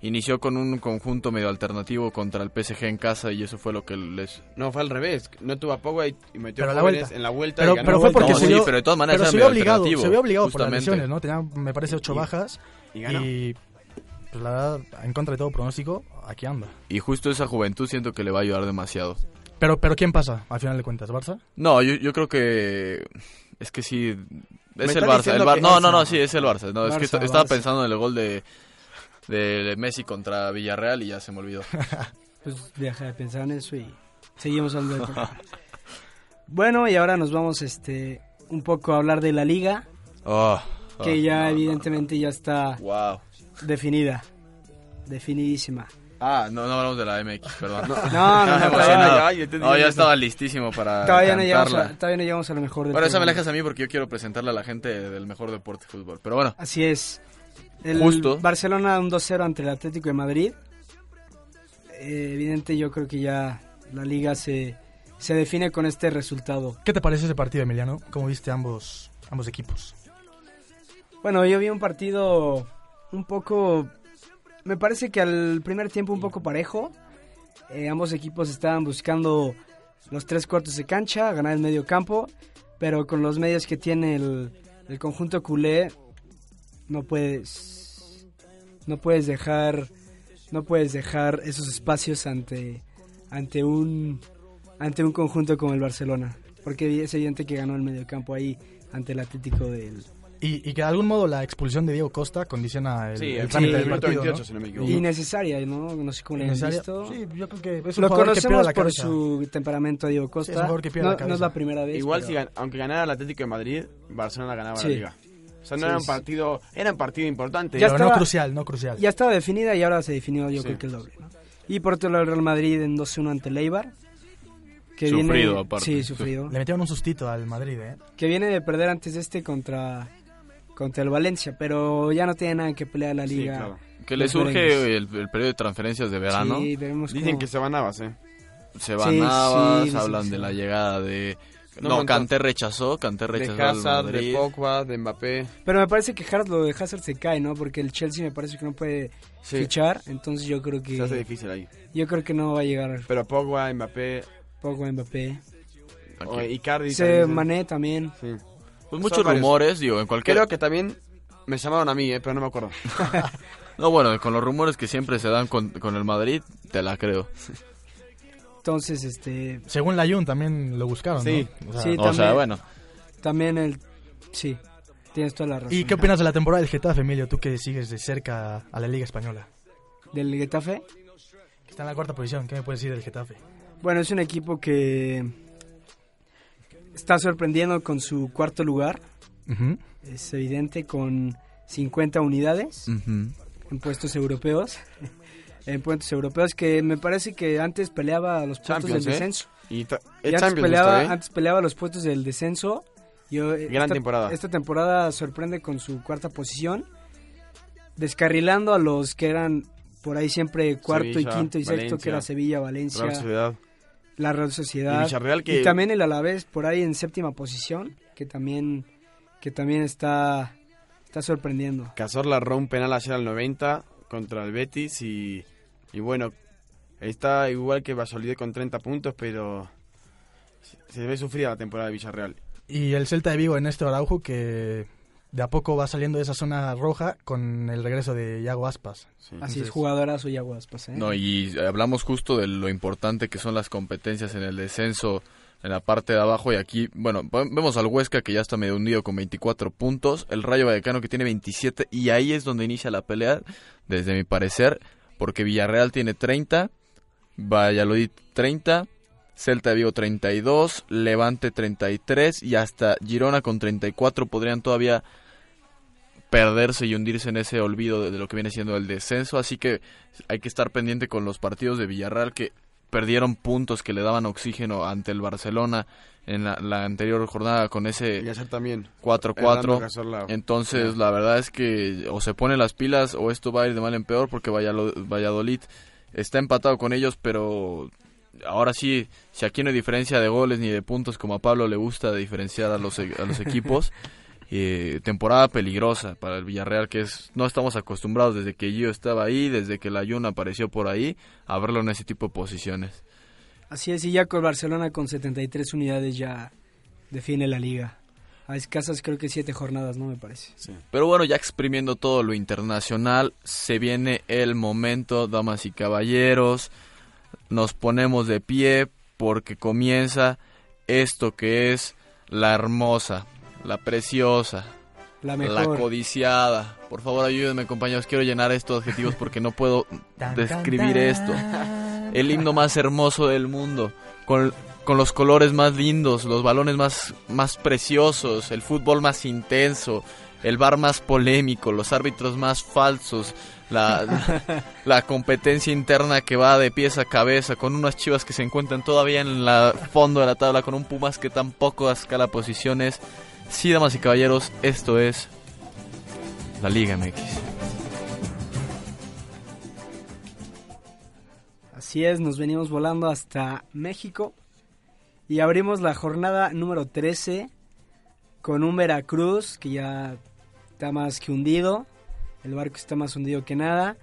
F: inició con un conjunto medio alternativo contra el PSG en casa y eso fue lo que les...
E: No, fue al revés. No tuvo a Pogba y y metió
D: Pero
E: a
D: la
E: jóvenes
D: vuelta.
E: en la vuelta. y
D: Pero,
E: ganó
D: pero fue
E: vuelta.
D: porque
F: No,
D: se
F: sí,
D: vio,
F: pero de todas maneras
D: pero
F: era
D: se vio
F: medio
D: obligado,
F: alternativo,
D: se vio obligado por las
F: justamente.
D: lesiones, ¿no? Tenía, me parece, ocho bajas
E: Y ganó.
D: y, pues, la verdad, en contra de todo pronóstico, aquí anda.
F: Y justo esa juventud siento que le va a ayudar demasiado.
D: Pero, pero ¿quién pasa al final de cuentas? ¿Barça?
F: No, yo, yo creo que... Es que sí...
E: Me
F: Es
E: está
F: el Barça.
E: diciendo
F: El Bar-
E: que
F: No,
E: es-
F: no, no, sí, es el Barça. No, es que
D: Barça,
F: est- estaba
D: Barça.
F: pensando en el gol de, de Messi contra Villarreal y ya se me olvidó.
C: Pues deja de pensar en eso y seguimos hablando del programa. Bueno, y ahora nos vamos este un poco a hablar de la liga,
F: Ah, ah,
C: que ya
F: no, no,
C: evidentemente ya está
F: no. Wow.
C: definida. Definidísima.
F: Ah, no, no hablamos de la MX, perdón. No,
C: No, no, no, todavía no.
E: ay,
F: no,
E: entendí.
F: ya estaba listísimo para
C: Todavía no, llegamos
F: cantarla.
C: a, todavía no llegamos a lo mejor del
F: Bueno, esa me la
C: programa.
F: dejas a mí porque yo quiero presentarle a la gente del mejor deporte fútbol. Pero bueno,
C: Así es. El
F: Justo.
C: Barcelona un 2-0 ante el Atlético de Madrid. Eh, evidente, yo creo que ya la liga se, se define con este resultado.
D: ¿Qué te parece ese partido, Emiliano? ¿Cómo viste ambos, ambos equipos?
C: Bueno, yo vi un partido un poco me parece que al primer tiempo un poco parejo. Eh, ambos equipos estaban buscando los tres cuartos de cancha, ganar el medio campo, pero con los medios que tiene el, el conjunto culé, no puedes, no puedes dejar, no puedes dejar esos espacios ante, ante un, ante un conjunto como el Barcelona, porque es evidente que ganó el medio campo ahí ante el Atlético del,
D: Y, y que de algún modo la expulsión de Diego Costa condiciona el,
E: Sí,
D: el
E: el
D: trámite
C: sí,
D: del
C: el
E: minuto
D: partido.
E: 28,
D: ¿no?
E: si no me equivoco.
C: innecesaria, ¿no? No sé cómo le han
D: Necesaria-
C: visto.
D: Sí, yo creo que es un
C: Lo
D: jugador que pierde
C: conocemos
D: la
C: por
D: cabeza.
C: su temperamento, Diego Costa.
D: Sí, es un jugador que pierde
C: no,
D: la cabeza.
C: no es la primera vez.
E: Igual,
C: pero-
E: si gan- aunque ganara el Atlético de Madrid, Barcelona ganaba
C: Sí.
E: la liga. O sea, no
C: Sí,
E: era un
C: sí.
E: partido, era un partido importante.
C: Ya
D: Pero no
C: estaba-
D: crucial, no crucial.
C: Ya estaba definida y ahora se definió, yo
E: Sí.
C: creo que el doble. ¿no? Y por otro lado, el Real Madrid en 2-1 ante el Eibar. Que
F: Sufrido,
C: viene,
F: aparte.
C: Sí, sufrido.
D: Le metieron un sustito al Madrid, ¿eh?
C: Que viene de perder antes de este contra, contra el Valencia, pero ya no tiene nada que pelear la
E: Sí,
C: liga.
E: claro.
F: Que le
C: Los
F: surge
C: merengues.
F: el, el periodo de transferencias de verano.
C: Sí, veremos
E: Dicen
C: cómo-
E: que se van Navas, ¿eh?
F: Se van
C: Sí,
F: Navas,
C: sí, sí,
F: hablan
C: sí.
F: de la llegada de... No,
E: No, montón.
F: Canté rechazó, Canté rechazó
E: De
F: al
E: Hazard, de
F: Madrid.
E: Pogba, de Mbappé.
C: Pero me parece que Hazard, lo de Hazard se cae, ¿no? Porque el Chelsea me parece que no puede
E: Sí,
C: fichar, entonces yo creo que
E: se hace difícil ahí.
C: yo creo que no va a llegar
E: Pero Pogba, Mbappé,
C: poco Mbappé.
F: Tranquilo.
E: o Icardi.
C: Se
E: también, ¿eh?
C: Mané también.
E: Sí.
F: Pues
E: Son
F: muchos
E: varios.
F: rumores, digo, en cualquier...
E: Creo que también me llamaron a mí, ¿eh? Pero no me acuerdo.
F: No, bueno, con los rumores que siempre se dan con, con el Madrid, te la creo.
C: Entonces, este
D: Según la Jun también lo buscaron,
E: Sí.
D: ¿no? O sea,
C: Sí. Y
F: o sea,
C: también-
F: bueno,
C: también el sí, tienes toda la razón.
D: ¿Y qué opinas de la temporada del Getafe, Emilio? Tú que sigues de cerca a la Liga Española.
C: del Getafe?
D: Que Está en la cuarta posición. ¿Qué me puedes decir del Getafe?
C: Bueno, es un equipo que está sorprendiendo con su cuarto lugar, es evidente con 50 unidades
F: ujú.
C: en puestos europeos. En puestos europeos que me parece que antes peleaba a los puestos
E: Champions,
C: del
E: ¿eh?
C: descenso.
E: Y ta-
C: Y
E: es
C: antes,
E: Champions
C: peleaba,
E: esto, ¿eh?
C: antes peleaba los puestos del descenso. Yo, eh,
E: Gran temporada.
C: Esta temporada sorprende con su cuarta posición, descarrilando a los que eran por ahí siempre cuarto
E: Sevilla,
C: y quinto y sexto, que
E: Valencia,
C: era Sevilla, Valencia,
E: Real Sociedad.
C: la Real
E: Y
C: Sociedad.
E: Villarreal que...
C: Y también el Alavés por ahí en séptima posición, que también, que también está, está sorprendiendo.
E: Cazorla erró un penal ayer al 90 contra el Betis y, y bueno, está igual que Valladolid con 30 puntos, pero se- se ve sufrida la temporada de Villarreal.
D: Y el Celta de Vigo, Ernesto Araujo, que de a poco va saliendo de esa zona roja con el regreso de Iago Aspas.
E: Sí.
C: Así es,
D: Entonces-
C: jugadorazo y aguas, pues, ¿eh?
F: No, y hablamos justo de lo importante que son las competencias en el descenso en la parte de abajo y aquí, bueno, ve- vemos al Huesca que ya está medio hundido con 24 puntos, el Rayo Vallecano que tiene 27 y ahí es donde inicia la pelea, desde mi parecer, porque Villarreal tiene 30, Valladolid 30, Celta de Vigo 32, Levante 33 y hasta Girona con 34 podrían todavía perderse y hundirse en ese olvido de, de lo que viene siendo el descenso, así que hay que estar pendiente con los partidos de Villarreal que perdieron puntos que le daban oxígeno ante el Barcelona en la, la anterior jornada con
E: Y
F: ese
E: ayer también. Hernando
F: 4-4.
E: Cazorla.
F: Entonces, la verdad es que o se pone las pilas o esto va a ir de mal en peor porque Vallalo- Valladolid está empatado con ellos, pero ahora sí, si aquí no hay diferencia de goles ni de puntos como a Pablo le gusta diferenciar a los, e- a los equipos, eh, temporada peligrosa para el Villarreal que es no estamos acostumbrados desde que Gio estaba ahí, desde que la Ayun apareció por ahí, a verlo en ese tipo de posiciones.
C: Así es, y ya con Barcelona con 73 unidades ya define la liga. A escasas creo que siete jornadas, ¿no? Me parece.
E: Sí.
F: Pero bueno, ya exprimiendo todo lo internacional, se viene el momento, damas y caballeros. Nos ponemos de pie porque comienza esto que es la hermosa, la preciosa,
C: La
F: la
C: mejor.
F: codiciada. Por favor, ayúdenme, compañeros. Quiero llenar estos adjetivos porque no puedo
D: Tan,
F: describir
D: tan,
F: esto.
D: tan.
F: El himno más hermoso del mundo, con, con los colores más lindos, los balones más, más preciosos, el fútbol más intenso, el bar más polémico, los árbitros más falsos, la, la, la competencia interna que va de pies a cabeza, con unas chivas que se encuentran todavía en la fondo de la tabla, con un Pumas que tampoco escala posiciones. Sí, damas y caballeros, esto es la Liga MX.
C: Así es, nos venimos volando hasta México y abrimos la jornada número 13 con un Veracruz que ya está más que hundido. El barco está más hundido que nada.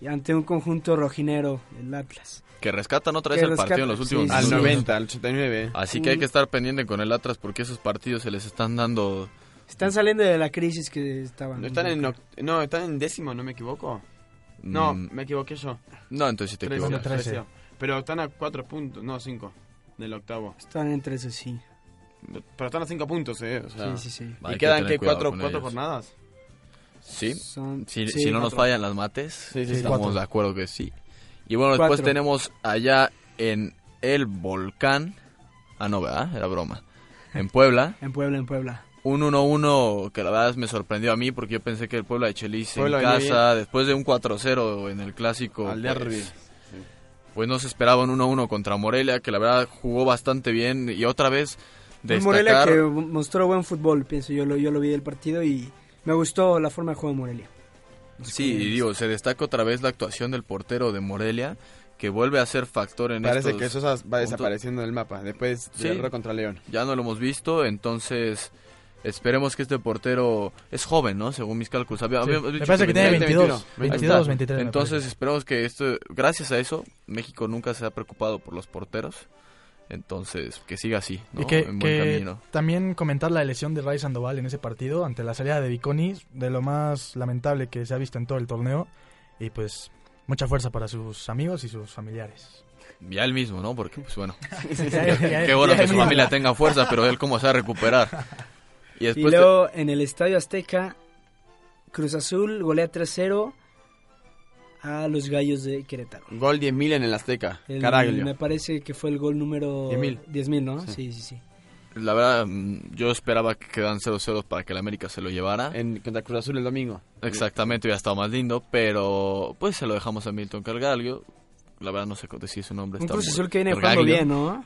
C: y ante un conjunto rojinero, el Atlas.
F: Que rescatan otra vez
C: Que
F: el partido en los
C: rescatan,
F: últimos
C: sí,
E: Al
C: sí, sí.
F: minutos.
E: 90, al 89.
F: Así que hay que estar pendiente con el Atlas porque esos partidos se les están dando.
C: Están saliendo de la crisis que estaban.
E: ¿No están en, oct- no, están en décimo, no me equivoco? No,
F: mm,
E: me equivoqué yo.
F: no, entonces sí te
E: Trece,
F: equivocas.
D: Trece.
E: trece. Pero están a 4 puntos, no, 5 del octavo.
C: Están entre eso, sí.
E: Pero están a 5 puntos, eh. o sea.
C: Sí, sí, sí.
F: Hay
E: ¿Y quedan
F: tener
E: que
F: cuidado
E: 4
F: con ellos.
E: jornadas?
F: Sí,
C: Son-
F: Si,
C: sí,
F: si no nos
C: cuatro.
F: fallan las mates,
E: sí,
F: estamos
D: cuatro.
F: de acuerdo que sí. Y bueno, después
C: Cuatro.
F: tenemos allá en el volcán. Ah, no, ¿verdad? Era broma. En Puebla,
C: En Puebla, en Puebla.
F: un 1-1 que la verdad me sorprendió a mí porque yo pensé que el Puebla de Chelis en
E: Puebla venía
F: casa, después de un 4-0 en el clásico,
E: Al
F: pues,
E: derbi.
F: pues no se esperaba un 1-1 contra Morelia, que la verdad jugó bastante bien y otra vez
C: Un Morelia
F: destacar.
C: que mostró buen fútbol, pienso yo. Lo, yo lo vi del partido y me gustó la forma de juego de Morelia.
F: Sí, y digo, se destaca otra vez la actuación del portero de Morelia, que vuelve a ser factor en
E: Parece
F: estos
E: que Sosa va
F: puntos.
E: desapareciendo del mapa después
F: Sí.
E: de error contra León.
F: ya no lo hemos visto, entonces esperemos que este portero es joven, ¿no? Según mis cálculos. Había-
D: Sí.
F: habíamos
D: Me
F: dicho
D: parece que tiene
F: 20,
D: 22,
F: 21. Ahí
D: 22,
F: está.
D: 23. me
F: Entonces esperemos que esto, gracias a eso, México nunca se ha preocupado por los porteros. Entonces, que siga así, ¿no?
D: Y que,
F: en buen
D: que
F: camino.
D: también comentar la lesión de Ray Sandoval en ese partido ante la salida de Viconi, de lo más lamentable que se ha visto en todo el torneo. Y pues mucha fuerza para sus amigos y sus familiares.
F: Ya él mismo, ¿no? Porque, pues bueno, qué
D: Qué
F: bueno que su familia tenga fuerza, pero él cómo se va a recuperar. Y
C: Y
F: después... te-
C: luego en el Estadio Azteca, Cruz Azul golea 3-0 a los Gallos de Querétaro.
E: Gol 10.000 en el Azteca.
C: El-
E: Caraglio.
C: me parece que fue el gol número
E: 10.000.
C: 10.000, ¿no?
E: Sí.
C: Sí, sí, sí.
F: La verdad, mm, yo esperaba que quedan 0-0 para que el América se lo llevara.
E: En, contra Cruz Azul el domingo.
F: Exactamente, hubiera estado más lindo, pero pues se lo dejamos a Milton Cargalio. La verdad no sé decir su
E: Pues
F: nombre.
C: Un
F: está
C: Cruz
F: muy-
C: Azul que viene jugando
F: Cargallo.
C: bien, ¿no?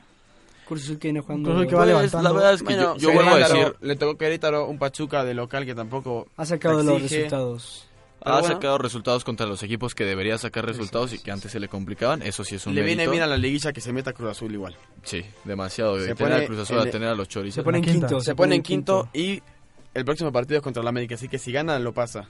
C: Cruz Azul que viene jugando
D: Cruz Azul que va-
F: Pues,
D: levantando.
F: la verdad es que
E: Bueno,
F: yo, yo
E: se
F: vuelvo a
E: Querétaro-
F: decir,
E: Le tocó Querétaro un Pachuca de local que tampoco.
C: Ha sacado los
E: Exige.
C: resultados.
F: ha
E: Pero bueno.
F: sacado resultados contra los equipos que debería sacar resultados y que antes se le complicaban. Eso sí es un
E: Le viene
F: mérito.
E: bien a la liguilla que se meta Cruz Azul igual.
F: Sí, demasiado. De
E: Se
F: tener a
E: pone
F: Cruz Azul,
E: en-
F: a tener a los chorizos.
C: Se pone en
D: quinta.
C: quinto.
E: Se pone en quinto y el próximo partido es contra la América. Así que si gana, lo pasa.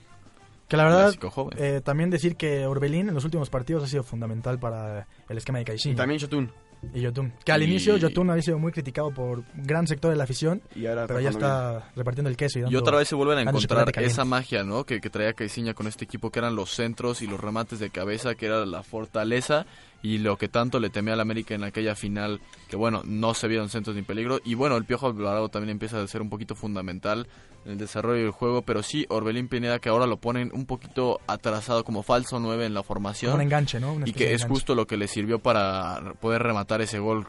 D: Que la verdad,
F: Clásico joven.
D: eh, también decir que Orbelín en los últimos partidos ha sido fundamental para el esquema de
E: Y
D: Caixinha
E: también Yotun.
D: y Yotun. Que al
F: Y-
D: inicio Yotun había sido muy criticado por gran sector de la afición,
E: Y ahora
D: pero ya
E: jugando bien.
D: está repartiendo el queso. Y,
F: Y
D: dando-
F: otra vez se vuelven a
D: dando
F: encontrar
D: chocolate
F: esa
D: caliente.
F: magia, ¿no? Que, que traía Caiciña con este equipo, que eran los centros y los remates de cabeza, que era la fortaleza y lo que tanto le temía al América en aquella final, que bueno, no se vieron centros ni peligro. Y bueno, el Piojo Alvarado también empieza a ser un poquito fundamental en el desarrollo del juego, pero sí, Orbelín Pineda, que ahora lo ponen un poquito atrasado como falso 9 en la
D: Como
F: formación
D: un enganche, ¿no? Una
F: y
D: especie de
F: que es
D: enganche.
F: justo lo que le sirvió para poder rematar ese gol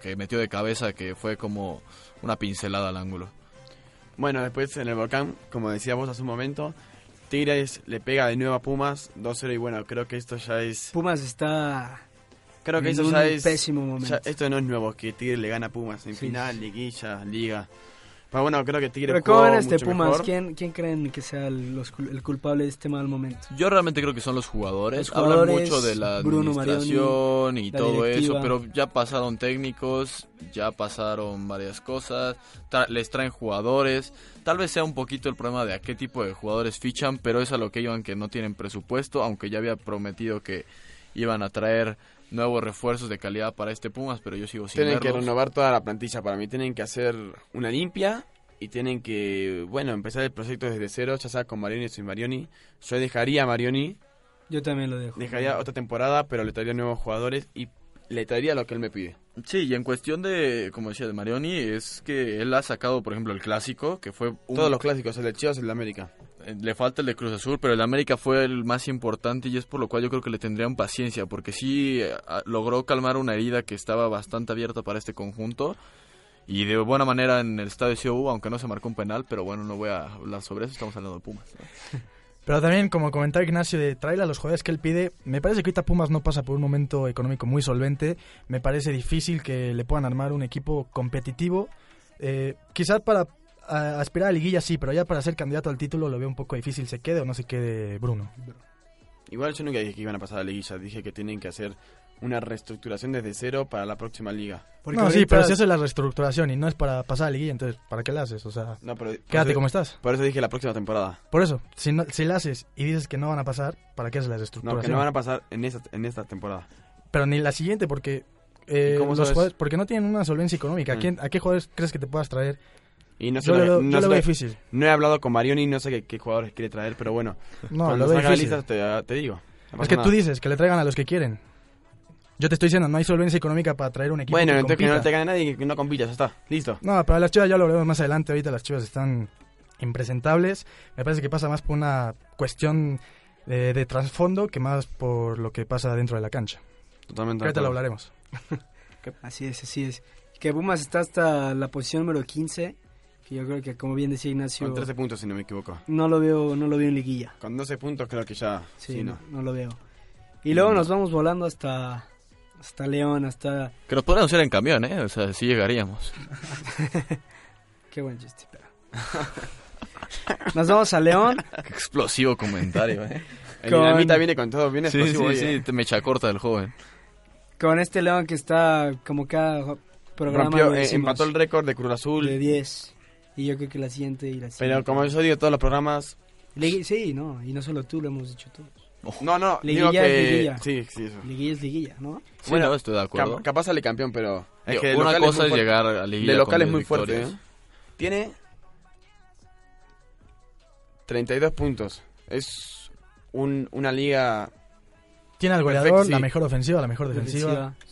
F: que metió de cabeza, que fue como una pincelada al ángulo.
E: Bueno, después en el volcán, como decía vos hace un momento, Tigres le pega de nuevo a Pumas 2-0 y bueno, creo que esto ya es...
C: Pumas está
E: Creo que
C: en
E: esto
C: un
E: ya es...
C: pésimo momento.
E: ya- esto no es nuevo, que Tigres le gana a Pumas en
C: Sí.
E: final, liguilla, liga. Pero bueno, creo que Tigres
C: Pero ¿cómo
E: jugó
C: ven a este
E: mucho
C: Pumas?
E: mejor.
C: ¿Quién, ¿Quién creen que sea el, los cul- el culpable de este mal momento?
F: Yo realmente creo que son los jugadores.
C: Los
F: Hablan
C: jugadores,
F: mucho de la
C: Bruno
F: administración y
C: la
F: todo
C: directiva.
F: eso, pero ya pasaron técnicos, ya pasaron varias cosas, tra- les traen jugadores. Tal vez sea un poquito el problema de a qué tipo de jugadores fichan, pero es a lo que iban que no tienen presupuesto, aunque ya había prometido que iban a traer nuevos refuerzos de calidad para este Pumas, pero yo sigo sin
E: Tienen que
F: verlos.
E: renovar toda la plantilla para mí, tienen que hacer una limpia y tienen que, bueno, empezar el proyecto desde cero, ya sea con Marioni o sin Marioni. Yo dejaría a Marioni,
C: Yo también lo dejo.
E: dejaría otra temporada, pero le traería nuevos jugadores y le traería lo que él me pide.
F: Sí, y en cuestión de, como decía, de Marioni, es que él ha sacado, por ejemplo, el clásico, que fue un Eh,
E: Todos los clásicos, el de Chivas, el de América.
F: Le falta el de Cruz Azul, pero el de América fue el más importante y es por lo cual yo creo que le tendrían paciencia, porque sí eh, a- logró calmar una herida que estaba bastante abierta para este conjunto. Y de buena manera en el estadio CU, aunque no se marcó un penal, pero bueno, no voy a hablar sobre eso, estamos hablando de Pumas.
D: Pero también, como comentaba Ignacio, de traer a los jugadores que él pide, me parece que ahorita Pumas no pasa por un momento económico muy solvente. Me parece difícil que le puedan armar un equipo competitivo. Eh, quizás para a- aspirar a liguilla sí, pero ya para ser candidato al título lo veo un poco difícil. Se quede o no se quede Bruno.
E: Igual yo nunca dije que iban a pasar a la liguilla, dije que tienen que hacer una reestructuración desde cero para la próxima liga.
C: Porque
D: no, sí,
C: ahorita-
D: pero si haces la reestructuración y no es para pasar a liguilla, entonces, ¿para qué la haces? O sea,
E: No, pero pues, por
D: quédate
E: eso-
D: como estás.
E: Por eso dije la próxima temporada.
D: Por eso, si, no- si la haces y dices que no van a pasar, ¿para qué haces la
E: No,
D: reestructuración?
E: que no van a pasar en esta, en esta temporada.
D: Pero ni la siguiente, porque. eh,
E: ¿Y cómo
D: los
E: sabes?
D: jugadores- porque no tienen una solvencia económica. ¿A,
E: Mm.
D: quién- a qué jugadores crees que te puedas traer?
E: Y no, se
D: yo
E: lo-
D: lo, veo-
E: no
D: yo
E: se
D: lo
E: lo-
D: veo difícil.
E: no he hablado con Marioni, no sé qué, qué jugadores quiere traer, pero bueno,
D: No,
E: cuando
D: lo veo
E: salga la
D: difícil.
E: lista te, te digo. No
D: Es
E: pasa
D: que
E: nada.
D: tú dices que le traigan a los que quieren. Yo te estoy diciendo, no hay solvencia económica para traer un equipo.
E: Bueno,
D: que
E: entonces que no
D: compita.
E: te gane nadie y que no compitas, ya está, listo.
D: No, pero las chivas ya lo veremos más adelante. Ahorita las chivas están impresentables. Me parece que pasa más por una cuestión eh, de trasfondo que más por lo que pasa dentro de la cancha.
E: Totalmente. de
D: Ahorita lo
E: acuerdo.
D: hablaremos.
C: Así es, así es. Que Pumas está hasta la posición número 15, que yo creo que como bien decía Ignacio,
E: Con 13 puntos, si no me equivoco.
C: no lo veo, no lo veo en liguilla.
E: Con 12 puntos creo que ya...
C: Sí,
E: Sí, no. Mm.
C: no. no lo veo. Y luego nos vamos volando hasta hasta León, hasta
F: Que nos podrían anunciar en camión, ¿eh? O sea, sí llegaríamos.
C: qué buen chiste, pero. Nos vamos a León.
F: Qué explosivo comentario, ¿eh?
E: El
C: Con-
E: dinamita viene con todo, viene
F: Sí, sí,
E: explosivo, ¿eh? oye.
F: sí, te me echa corta el joven.
C: Con este León que está como cada programa
E: Rompió,
C: lo
E: eh,
C: decimos,
E: empató el récord de Cruz
C: de
E: Azul,
C: 10. Y yo creo que la siguiente y la siguiente.
E: pero como yo digo, todos los programas...
C: Ligui- sí, no, y no solo tú, lo hemos dicho tú.
F: Oh.
E: No, no,
C: Liguilla
E: digo que...
C: es liguilla.
E: Sí, sí, eso.
C: Liguilla es liguilla, ¿no?
F: Sí,
E: Bueno,
F: no, estoy de acuerdo.
E: Cap- capaz sale campeón, pero...
F: Digo,
E: de
F: una
E: local es
F: cosa
E: muy
F: es
E: fuerte.
F: llegar a la liga
E: De local
F: con
E: es muy
F: 10
E: fuerte,
F: victorias.
E: ¿eh? Tiene 32 puntos. Es un- una liga...
D: Tiene al
E: Perfecto,
D: goleador, la
E: sí.
D: mejor ofensiva, la mejor defensiva.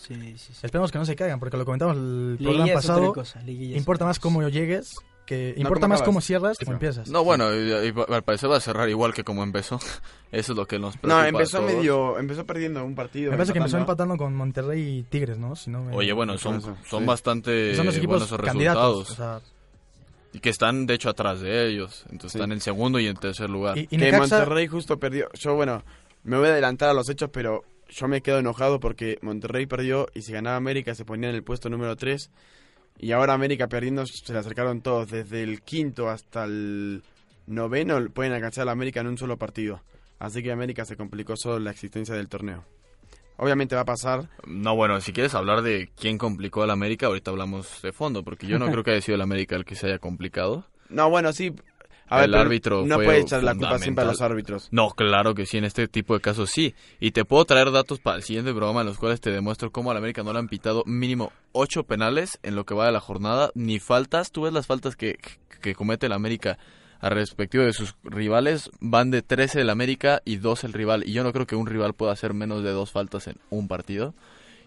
C: Defensiva, Sí, sí, sí.
D: Esperemos que no se caigan, porque lo comentamos el programa
C: Liguilla es otra
D: pasado.
C: cosa, liguilla es
D: Importa
C: otra
D: más
C: cosa.
D: cómo llegues, que
E: No,
D: importa
E: cómo
D: más
E: acabas.
D: cómo cierras que
E: Eso.
D: cómo empiezas.
F: No, bueno, y- y va- al parecer va a cerrar igual que como empezó. Eso es lo que nos preocupa.
E: No,
F: a
E: empezó
F: todos.
E: medio... Empezó perdiendo un partido.
D: me parece que empezó
E: empatando.
D: empatando con Monterrey y Tigres, ¿no? Si no me-
F: Oye, bueno, son,
E: Eso,
F: son
E: sí.
F: bastante
D: son los equipos
F: buenos esos
D: candidatos.
F: resultados.
D: o sea,
F: Y que están, de hecho, atrás de ellos. Entonces
E: Sí.
F: están en segundo y en tercer lugar.
D: y, y
E: que
D: Necaxa-
E: Monterrey justo perdió. Yo, bueno, me voy a adelantar a los hechos, pero yo me quedo enojado porque Monterrey perdió y si ganaba América se ponía en el puesto número 3. Y ahora América perdiendo se le acercaron todos. Desde el quinto hasta el noveno pueden alcanzar a la América en un solo partido. Así que América se complicó solo la existencia del torneo. Obviamente va a pasar.
F: No, bueno, si quieres hablar de quién complicó al América, ahorita hablamos de fondo, porque yo no creo que haya sido el América el que se haya complicado.
E: No, bueno, sí.
F: El
E: pero
F: árbitro
E: No
F: fue
E: puede echar la culpa siempre
F: fundamental.
E: a los árbitros.
F: No, claro que sí, en este tipo de casos sí. Y te puedo traer datos para el siguiente programa en los cuales te demuestro cómo al América no le han pitado mínimo ocho penales en lo que va de la jornada, ni faltas. Tú ves las faltas que, que comete el América a respectivo de sus rivales, van de 13 del América y 2 el rival. Y yo no creo que un rival pueda hacer menos de dos faltas en un partido.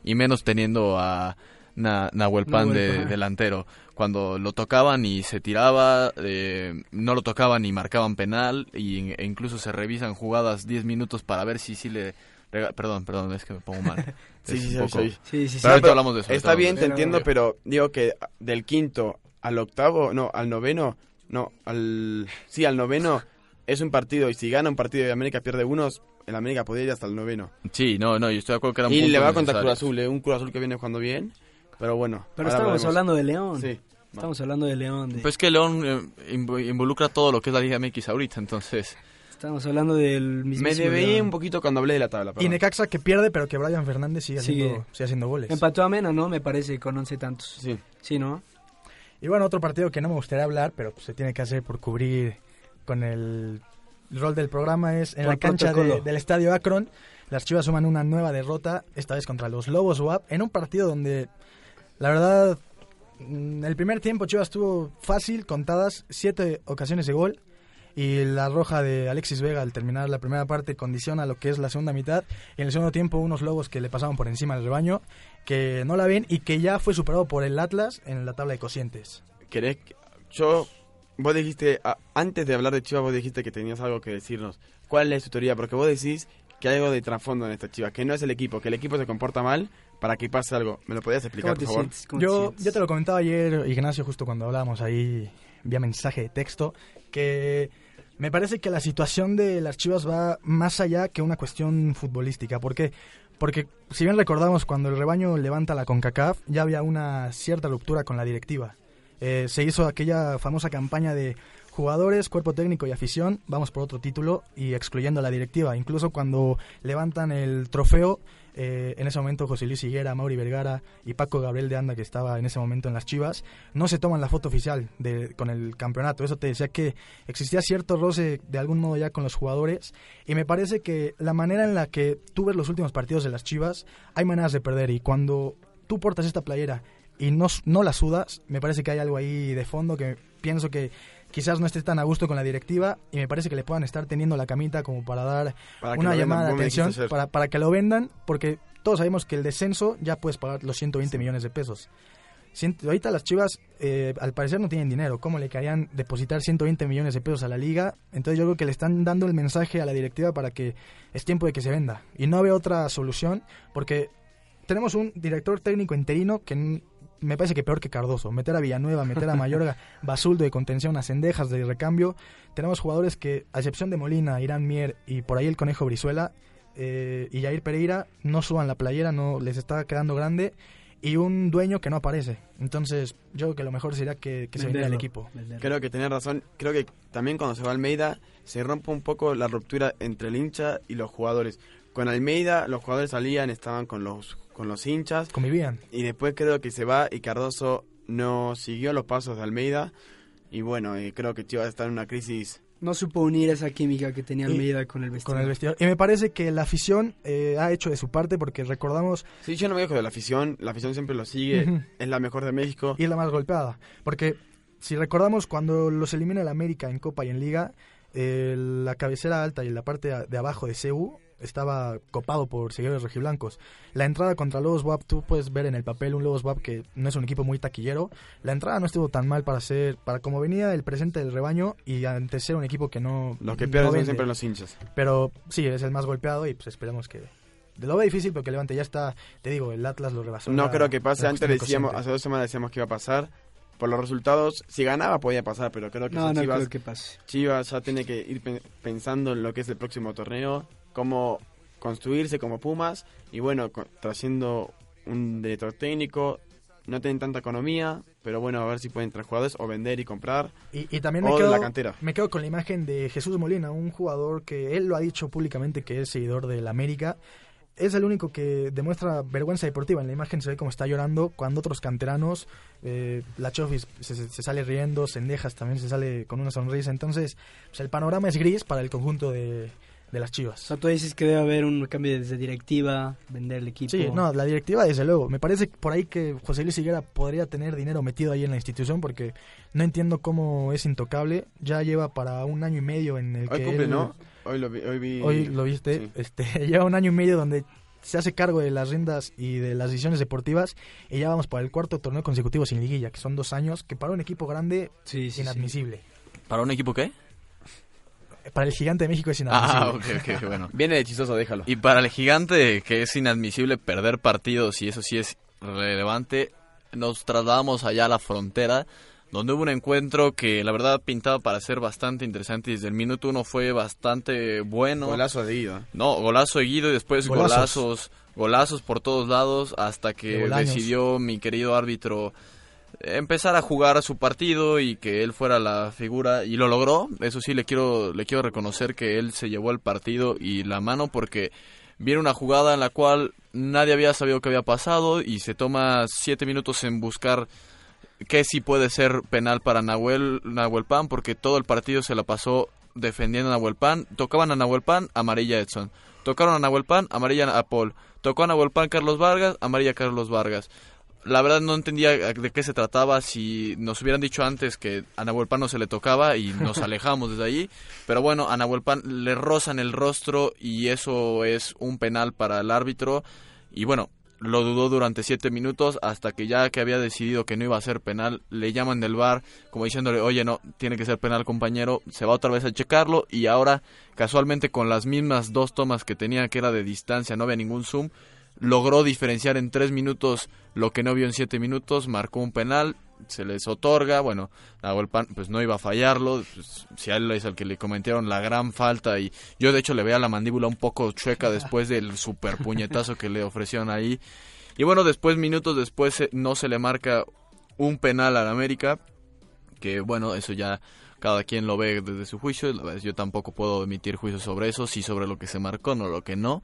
F: Y menos teniendo a Na- Nahuel Pan
C: Nahuel
F: de
C: Pan.
F: delantero. Cuando lo tocaban y se tiraba, eh, no lo tocaban y marcaban penal. Y, e incluso se revisan jugadas 10 minutos para ver si sí le... rega- Perdón, perdón, es que me pongo mal.
E: Sí,
F: Es
E: sí,
F: un
E: sí,
F: poco-
E: sí.
C: Sí, sí, sí.
F: Pero ahorita
E: pero
F: hablamos de eso. ahorita
E: Está
F: hablamos de
E: bien,
F: eso.
E: te entiendo, pero digo que del quinto al octavo, no, al noveno, no, al. Sí, al noveno es un partido. Y si gana un partido y América pierde unos, el América podría ir hasta el noveno.
F: Sí, no, no, yo estoy de acuerdo que era un
E: Y le va contra Cruz Azul, eh, un Cruz Azul que viene jugando bien. Pero bueno.
C: Pero
E: ahora
C: estamos
E: hablaremos.
C: hablando de León.
E: Sí.
C: Estamos hablando de León. de-
F: Pues que León eh, inv- involucra todo lo que es la Liga MX ahorita, entonces...
C: estamos hablando del mismo.
E: Me debí un poquito cuando hablé de la tabla.
D: y
E: perdón.
D: Necaxa que pierde, pero que Brian Fernández sigue
C: Sigue.
D: haciendo, sigue haciendo goles.
C: Empató a Mena, ¿no? Me parece, con once tantos.
E: Sí.
C: Sí, ¿no?
D: Y bueno, otro partido que no me gustaría hablar, pero pues, se tiene que hacer por cubrir con el rol del programa es en
C: Por
D: la cancha de-
C: protocolo.
D: del estadio Akron. Las Chivas suman una nueva derrota, esta vez contra los Lobos UAP, en un partido donde la verdad mm, el primer tiempo Chivas tuvo fácil, contadas siete ocasiones de gol y la roja de Alexis Vega al terminar la primera parte condiciona lo que es la segunda mitad y en el segundo tiempo unos Lobos que le pasaban por encima al rebaño que no la ven y que ya fue superado por el Atlas en la tabla de cocientes.
E: ¿Querés que- Yo. Vos dijiste. a- Antes de hablar de Chivas, vos dijiste que tenías algo que decirnos. ¿Cuál es tu teoría? Porque vos decís que hay algo de trasfondo en esta Chivas, que no es el equipo, que el equipo se comporta mal para que pase algo. ¿Me lo podías explicar,
C: ¿Cómo
E: por
C: te
E: favor?
C: sientes? ¿Cómo
D: Yo,
C: te sientes?
D: yo te lo comentaba ayer, Ignacio, justo cuando hablábamos ahí vía mensaje de texto, que me parece que la situación de las Chivas va más allá que una cuestión futbolística. ¿Por qué? Porque si bien recordamos cuando el rebaño levanta la CONCACAF, ya había una cierta ruptura con la directiva. Eh, se hizo aquella famosa campaña de Jugadores, cuerpo técnico y afición, vamos por otro título y excluyendo a la directiva. Incluso cuando levantan el trofeo, eh, en ese momento José Luis Higuera, Mauri Vergara y Paco Gabriel de Anda, que estaba en ese momento en las Chivas, no se toman la foto oficial de, con el campeonato. Eso te decía que existía cierto roce de algún modo ya con los jugadores. Y me parece que la manera en la que tú ves los últimos partidos de las Chivas, hay maneras de perder. Y cuando tú portas esta playera y no, no la sudas, me parece que hay algo ahí de fondo que pienso que quizás no esté tan a gusto con la directiva y me parece que le puedan estar teniendo la camita como para dar
E: Para que
D: una
E: lo vendan,
D: llamada de
E: vos me dijiste
D: atención
E: ayer.
D: para, para que lo vendan, porque todos sabemos que el descenso ya puedes pagar los 120 millones de pesos. Cien- ahorita las Chivas eh, al parecer no tienen dinero, ¿cómo le querían depositar 120 millones de pesos a la liga? Entonces yo creo que le están dando el mensaje a la directiva para que es tiempo de que se venda y no veo otra solución porque tenemos un director técnico interino que n- me parece que peor que Cardoso. Meter a Villanueva, meter a Mayorga, Basuldo de contención, a Cendejas de recambio. Tenemos jugadores que, a excepción de Molina, Irán Mier y por ahí el Conejo Brizuela eh, y Jair Pereira, no suban la playera, no les está quedando grande. Y un dueño que no aparece. Entonces, yo creo que lo mejor sería que, que se viniera el
C: Venderlo,
D: equipo.
C: venderlo.
E: Creo que tenés razón. Creo que también cuando se va Almeida se rompe un poco la ruptura entre el hincha y los jugadores. Con Almeida los jugadores salían, estaban con los con los hinchas
D: Convivían.
E: y después creo que se va y Cardoso no siguió los pasos de Almeida y bueno, eh, creo que Chivas está en una crisis.
C: No supo unir esa química que tenía
D: Y-
C: Almeida con el vestido.
D: Con el vestidor. Y me parece que la afición eh, ha hecho de su parte porque recordamos
E: Sí, yo no me dejo de la afición, la afición siempre lo sigue,
D: Ujú.
E: es la mejor de México.
D: y es la más golpeada. Porque si recordamos cuando los elimina el América en Copa y en Liga, eh, la cabecera alta y la parte a- de abajo de CU estaba copado por seguidores rojiblancos. La entrada contra Lobos WAP, tú puedes ver en el papel un Lobos WAP que no es un equipo muy taquillero. La entrada no estuvo tan mal para ser, para como venía el presente del rebaño y ante ser un equipo que no...
E: Los que
D: no
E: pierden son
D: vende.
E: siempre los hinchas.
D: Pero sí, es el más golpeado y pues esperamos que... Lo ve difícil porque Levante ya está, te digo, el Atlas lo rebasó.
E: No
D: la-
E: creo que pase,
D: la
E: antes
D: cuestión
E: decíamos,
D: cociente.
E: hace dos semanas decíamos que iba a pasar. Por los resultados, si ganaba podía pasar, pero creo que
C: No,
E: si
C: no
E: Chivas
C: creo que pase.
E: Chivas ya tiene que ir pen- pensando en lo que es el próximo torneo, cómo construirse como Pumas y bueno, co- trayendo un director técnico, no tienen tanta economía, pero bueno, a ver si pueden traer jugadores o vender y comprar
D: Y, y también me
E: o de
D: quedo,
E: la cantera.
D: me quedo con la imagen de Jesús Molina, un jugador que él lo ha dicho públicamente que es seguidor del América. Es el único que demuestra vergüenza deportiva. En la imagen se ve como está llorando cuando otros canteranos, eh, la Chofis se, se- se sale riendo, Sendejas también se sale con una sonrisa. Entonces, pues, el panorama es gris para el conjunto de, de las
C: O
D: Chivas.
C: sea, tú dices que debe haber un cambio desde directiva, vender el equipo.
D: Sí, no, la directiva desde luego. Me parece por ahí que José Luis Higuera podría tener dinero metido ahí en la institución porque no entiendo cómo es intocable. Ya lleva para un año y medio en el
E: Hoy
D: que
E: cumple,
D: él-
E: ¿no? Hoy lo vi. Hoy, vi-
D: Hoy lo viste,
E: Sí.
D: este, lleva un año y medio donde se hace cargo de las riendas y de las decisiones deportivas y ya vamos para el cuarto torneo consecutivo sin liguilla, que son dos años, que para un equipo grande
C: Sí,
D: es
C: sí, sí.
D: inadmisible.
F: ¿Para un equipo qué?
D: Para el gigante de México es
F: Ah,
D: inadmisible.
F: ok, ok, bueno.
E: Viene de hechizoso, déjalo.
F: Y para el gigante, que es inadmisible perder partidos, y eso sí es relevante, nos trasladamos allá a la frontera, donde hubo un encuentro que la verdad pintaba para ser bastante interesante. y Desde el minuto uno fue bastante bueno.
E: Golazo de ida.
F: No, golazo seguido y después
D: Golazos.
F: golazos. golazos, por todos lados hasta
D: De
F: que
D: Bolaños.
F: decidió mi querido árbitro empezar a jugar su partido y que él fuera la figura y lo logró. Eso sí le quiero le quiero reconocer que él se llevó el partido y la mano porque viene una jugada en la cual nadie había sabido qué había pasado y se toma siete minutos en buscar que sí puede ser penal para Nahuel, Nahuel Pan, porque todo el partido se la pasó defendiendo a Nahuel Pan. Tocaban a Nahuel Pan, amarilla Edson. Tocaron a Nahuel Pan, amarilla a Paul. Tocó a Nahuel Pan, Carlos Vargas, amarilla Carlos Vargas. La verdad no entendía de qué se trataba, si nos hubieran dicho antes que a Nahuel Pan no se le tocaba y nos alejamos desde ahí. Pero bueno, a Nahuel Pan le rozan el rostro y eso es un penal para el árbitro. Y bueno, lo dudó durante siete minutos hasta que ya que había decidido que no iba a ser penal, le llaman del bar como diciéndole, oye, no, tiene que ser penal compañero, se va otra vez a checarlo y ahora casualmente con las mismas dos tomas que tenía que era de distancia, no había ningún zoom, logró diferenciar en tres minutos lo que no vio en siete minutos, marcó un penal, se les otorga, bueno, Nahuel Pan pues no iba a fallarlo, pues, si a él es al que le cometieron la gran falta y yo de hecho le veía la mandíbula un poco chueca después del super puñetazo que le ofrecieron ahí. Y bueno, después, minutos después, eh, no se le marca un penal al América, que bueno, eso ya cada quien lo ve desde su juicio. La verdad, Yo tampoco puedo emitir juicios sobre eso, sí sobre lo que se marcó, no lo que no.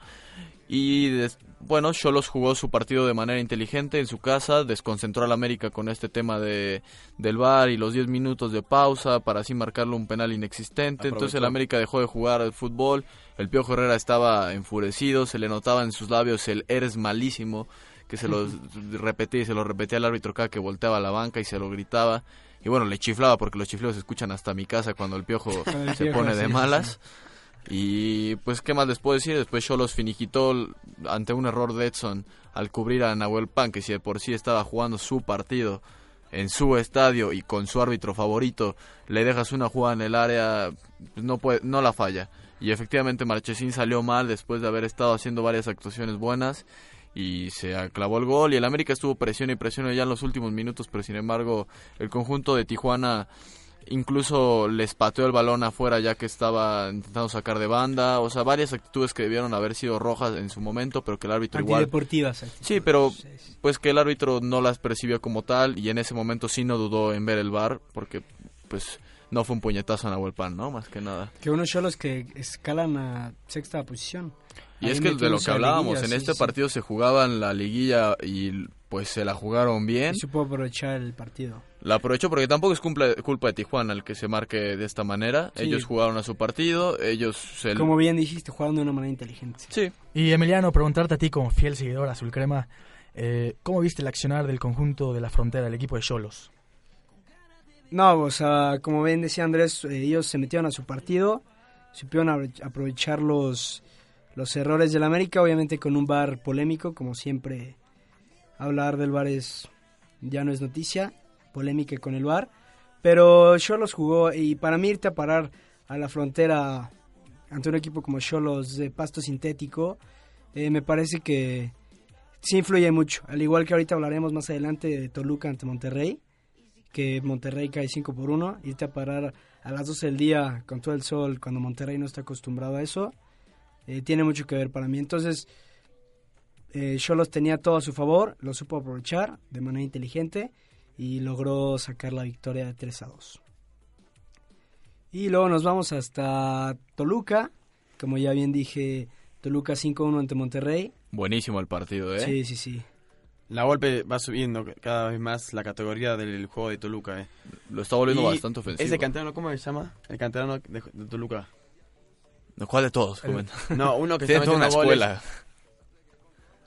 F: Y des- bueno, Cholos jugó su partido de manera inteligente en su casa, desconcentró al América con este tema de, del VAR y los 10 minutos de pausa para así marcarle un penal inexistente. Entonces el
E: Aprovechó.
F: América dejó de jugar al fútbol, el Piojo Herrera estaba enfurecido, se le notaba en sus labios el eres malísimo, que se lo repetía y se lo repetía al árbitro cada que volteaba a la banca y se lo gritaba. Y bueno, le chiflaba porque los chifleos se escuchan hasta mi casa cuando el Piojo
C: El
F: se
C: Piojo,
F: pone
C: sí,
F: de
C: sí.
F: malas. Y pues, ¿qué más les puedo decir? Después Cholos finiquitó l- ante un error de Edson al cubrir a Nahuel Pan, que si de por sí estaba jugando su partido en su estadio y con su árbitro favorito, le dejas una jugada en el área, pues, no, puede, no la falla. Y efectivamente Marchesín salió mal después de haber estado haciendo varias actuaciones buenas y se aclavó el gol y el América estuvo presión y presión ya en los últimos minutos, pero sin embargo el conjunto de Tijuana incluso les pateó el balón afuera ya que estaba intentando sacar de banda, o sea, varias actitudes que debieron haber sido rojas en su momento, pero que el árbitro igual
C: Antideportivas.
F: Sí, pero-
C: actitudes, sí, sí.
F: pues que el árbitro no las percibió como tal y en ese momento sí no dudó en ver el bar porque pues no fue un puñetazo a Nahuel Pan, ¿no? Más que nada.
C: Que unos cholos que escalan a sexta posición.
F: Y
C: Ahí
F: es que de lo
C: metiéndose
F: que
C: a
F: hablábamos,
C: liguilla,
F: en
C: sí,
F: este
C: sí.
F: partido se jugaban la liguilla y pues se la jugaron bien.
C: Y supo aprovechar el partido.
F: La aprovechó porque tampoco es cumple- culpa de Tijuana el que se marque de esta manera.
C: Sí.
F: Ellos jugaron a su partido, ellos se...
C: Como bien dijiste, jugaron de una manera inteligente.
F: Sí,
D: Y Emiliano, preguntarte a ti como fiel seguidor azul crema, eh, ¿cómo viste el accionar del conjunto de la frontera, el equipo de Cholos?
C: No, o sea, como bien decía Andrés, eh, ellos se metieron a su partido, supieron abro- aprovechar los, los errores del América, obviamente con un bar polémico, como siempre hablar del bar es, ya no es noticia, polémica con el bar, pero Cholos jugó y para mí irte a parar a la frontera ante un equipo como Cholos de pasto sintético, eh, me parece que sí influye mucho, al igual que ahorita hablaremos más adelante de Toluca ante Monterrey que Monterrey cae 5 por 1, irte a parar a las 12 del día con todo el sol cuando Monterrey no está acostumbrado a eso, eh, tiene mucho que ver para mí. Entonces, eh, yo los tenía todo a su favor, lo supo aprovechar de manera inteligente y logró sacar la victoria de 3 a 2. Y luego nos vamos hasta Toluca, como ya bien dije, Toluca 5-1 ante Monterrey.
F: buenísimo el partido, ¿eh?
C: Sí, sí, sí.
E: La golpe va subiendo cada vez más la categoría del juego de Toluca, eh.
F: Lo está volviendo
E: Y
F: bastante ofensivo.
E: Ese canterano, ¿cómo se llama? El canterano de, de Toluca.
F: ¿Cuál de todos?
D: El-
F: Comenta.
E: No, uno que está
F: Tiene toda
E: metiendo
F: una
E: goles.
F: escuela.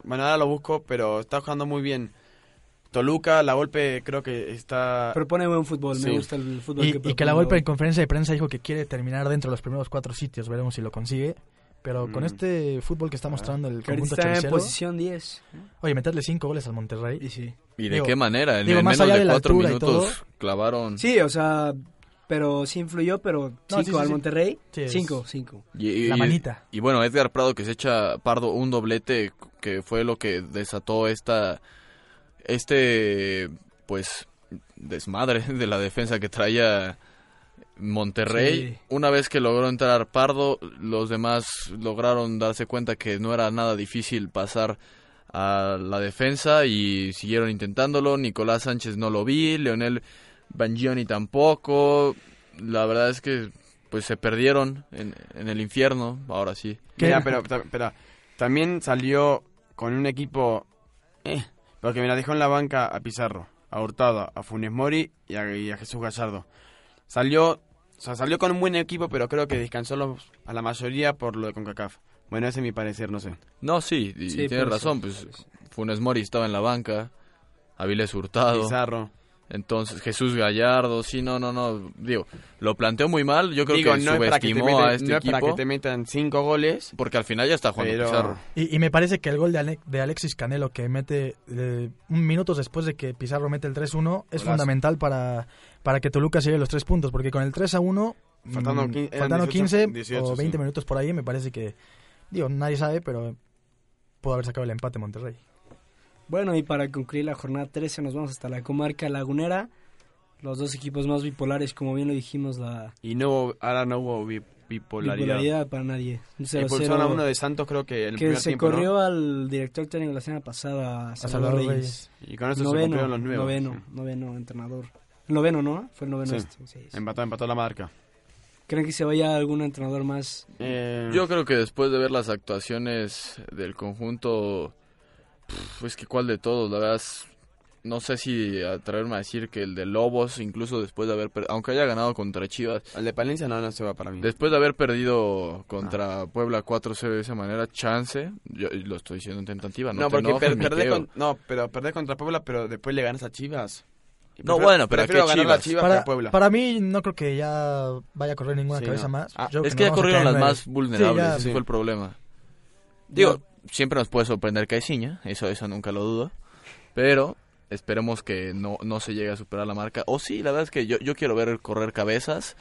E: Bueno, ahora lo busco, pero está jugando muy bien. Toluca, la golpe creo que está...
C: Propone buen fútbol,
E: Sí.
C: me gusta el fútbol
D: Y,
C: que
D: y que la
C: propone.
D: golpe en conferencia de prensa dijo que quiere terminar dentro de los primeros cuatro sitios, veremos si lo consigue. Pero con
E: Mm.
D: este fútbol que está mostrando el
C: Que ahorita
D: conjunto
C: está en
D: choricero,
C: posición 10.
D: oye, meterle cinco goles al Monterrey.
C: Y sí.
F: ¿Y de
D: Digo,
F: qué manera? En,
D: digo,
F: en
D: más
F: menos
D: allá
F: de,
D: de la
F: cuatro
D: altura y
F: minutos clavaron...
C: Sí, o sea, pero sí influyó, pero 5
D: sí, sí,
C: al
D: sí.
C: Monterrey,
D: Sí, es-
C: 5, 5.
F: Y- y-
D: La
F: y-
D: manita.
F: Y bueno, Edgar Prado que se echa pardo un doblete que fue lo que desató esta este pues desmadre de la defensa que traía Monterrey.
C: Sí.
F: Una vez que logró entrar Pardo, los demás lograron darse cuenta que no era nada difícil pasar a la defensa y siguieron intentándolo. Nicolás Sánchez no lo vi, Leonel Bangioni tampoco. La verdad es que pues se perdieron en, en el infierno, ahora sí.
D: ¿Qué?
E: Mira, pero, ta- pero también salió con un equipo... Eh, porque me la dejó en la banca a Pizarro, a Hurtado, a Funes Mori y a, y a Jesús Gallardo. Salió... O sea, salió con un buen equipo, pero creo que descansó los- a la mayoría por lo de CONCACAF. Bueno, ese es mi parecer, no sé.
F: No, sí, y, y
C: Sí,
F: tienes
C: por eso,
F: razón, pues Funes Mori estaba en la banca, Avilés Hurtado.
E: Pizarro.
F: Entonces, Jesús Gallardo, sí, no, no, no, digo, lo planteó muy mal, yo creo
E: Digo,
F: que
E: no es, para que te
F: subestimó
E: metan,
F: a este
E: no es para que
F: equipo,
E: te metan cinco goles,
F: porque al final ya está jugando
E: pero...
F: Pizarro.
D: Y, y me parece que el gol de, Ale- de Alexis Canelo que mete eh, un minutos después de que Pizarro mete el 3-1 es
E: Golazo.
D: fundamental para, para que Toluca se lleve los tres puntos, porque con el 3-1, mm,
E: Faltando quin- eran
D: faltando
E: 18,
D: 15
E: 18,
D: o 20
E: sí.
D: minutos por ahí, me parece que, digo, nadie sabe, pero pudo haber sacado el empate Monterrey.
C: Bueno, y para concluir la jornada 13 nos vamos hasta la comarca lagunera. Los dos equipos más bipolares, como bien lo dijimos, la
E: Y no hubo- ahora no hubo bi- bipolaridad.
C: bipolaridad para nadie. Un 0-0
E: Expulsaron a uno de Santos, creo que en el
C: que
E: primer
C: se
E: tiempo, ¿no?
C: corrió al director técnico la semana pasada, a Salvador
D: Salvador
C: Reyes.
D: Reyes.
E: Y con eso se
C: noveno,
E: cumplieron los nuevos.
C: noveno,
E: Sí.
C: noveno entrenador. El noveno, ¿no? Fue el noveno.
E: Sí.
C: este, sí, sí.
E: Empató, empató la marca.
C: ¿Creen que se vaya algún entrenador más?
E: Eh,
F: Yo creo que después de ver las actuaciones del conjunto, pf, es que cuál de todos, la verdad, es- no sé si atreverme a decir que el de Lobos, incluso después de haber, per- aunque haya ganado contra Chivas,
E: el de Palencia no, no se va para mí.
F: después de haber perdido contra
E: Ah.
F: Puebla 4-0 de esa manera, chance, yo lo estoy diciendo en tentativa, no,
E: no,
F: te
E: porque
F: enojes,
E: per- perdés
F: Miqueo.
E: con- no, pero perdés contra Puebla, pero después le ganas a Chivas. Y
F: No,
E: prefiero-
F: bueno, pero ¿a
E: prefiero
F: qué
E: ganar a
F: Chivas?
E: Chivas que a
D: Para,
E: Puebla.
D: para mí no creo que ya vaya a correr ninguna
E: Sí,
D: cabeza
E: no.
D: más.
E: Ah,
D: Yo creo
F: Es que ya
D: nos vamos a
F: corrieron
D: caer
F: las
D: en
F: más vulnerables,
D: ya,
F: ese
E: sí.
F: fue el problema. Digo, siempre nos puede sorprender Caiciña, eso, eso nunca lo dudo. Pero esperemos que no, no se llegue a superar la marca. O sí, la verdad es que yo, yo quiero ver correr cabezas.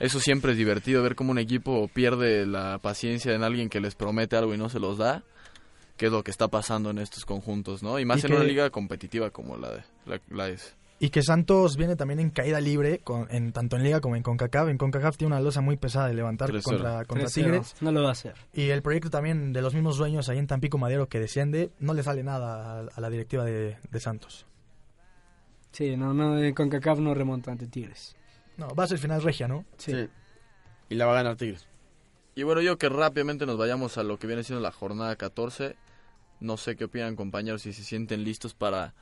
F: Eso siempre es divertido, ver cómo un equipo pierde la paciencia en alguien que les promete algo y no se los da. Que es lo que está pasando en estos conjuntos, ¿no? Y más
C: Y
F: en
C: que-
F: una liga competitiva como la de la, la es.
D: Y que Santos viene también en caída libre, con, en, tanto en Liga como en CONCACAF. En CONCACAF tiene una losa muy pesada de levantar
F: 3-0.
D: contra, contra
C: 3-0.
D: Tigres.
C: No lo va a hacer.
D: Y el proyecto también de los mismos dueños ahí en Tampico Madero que desciende, no le sale nada a, a la directiva de, de Santos.
C: Sí, no, no, eh, con CACAF no remonta ante Tigres.
D: No, va a ser final regia, ¿no?
E: Sí. Y la va a ganar Tigres.
F: Y bueno, yo que rápidamente nos vayamos a lo que viene siendo la jornada 14. No sé qué opinan, compañeros, si se sienten listos para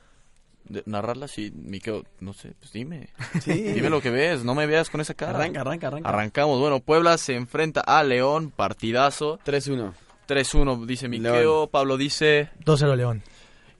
F: de- narrarla. Si, Miquel, no sé, pues dime. Dime lo que ves, no me veas con esa cara.
E: Arranca, arranca, arranca.
F: Arrancamos. Bueno, Puebla se enfrenta a León, partidazo.
E: 3-1.
F: 3-1, dice Miquel.
E: León.
F: Pablo dice.
D: 2-0 León.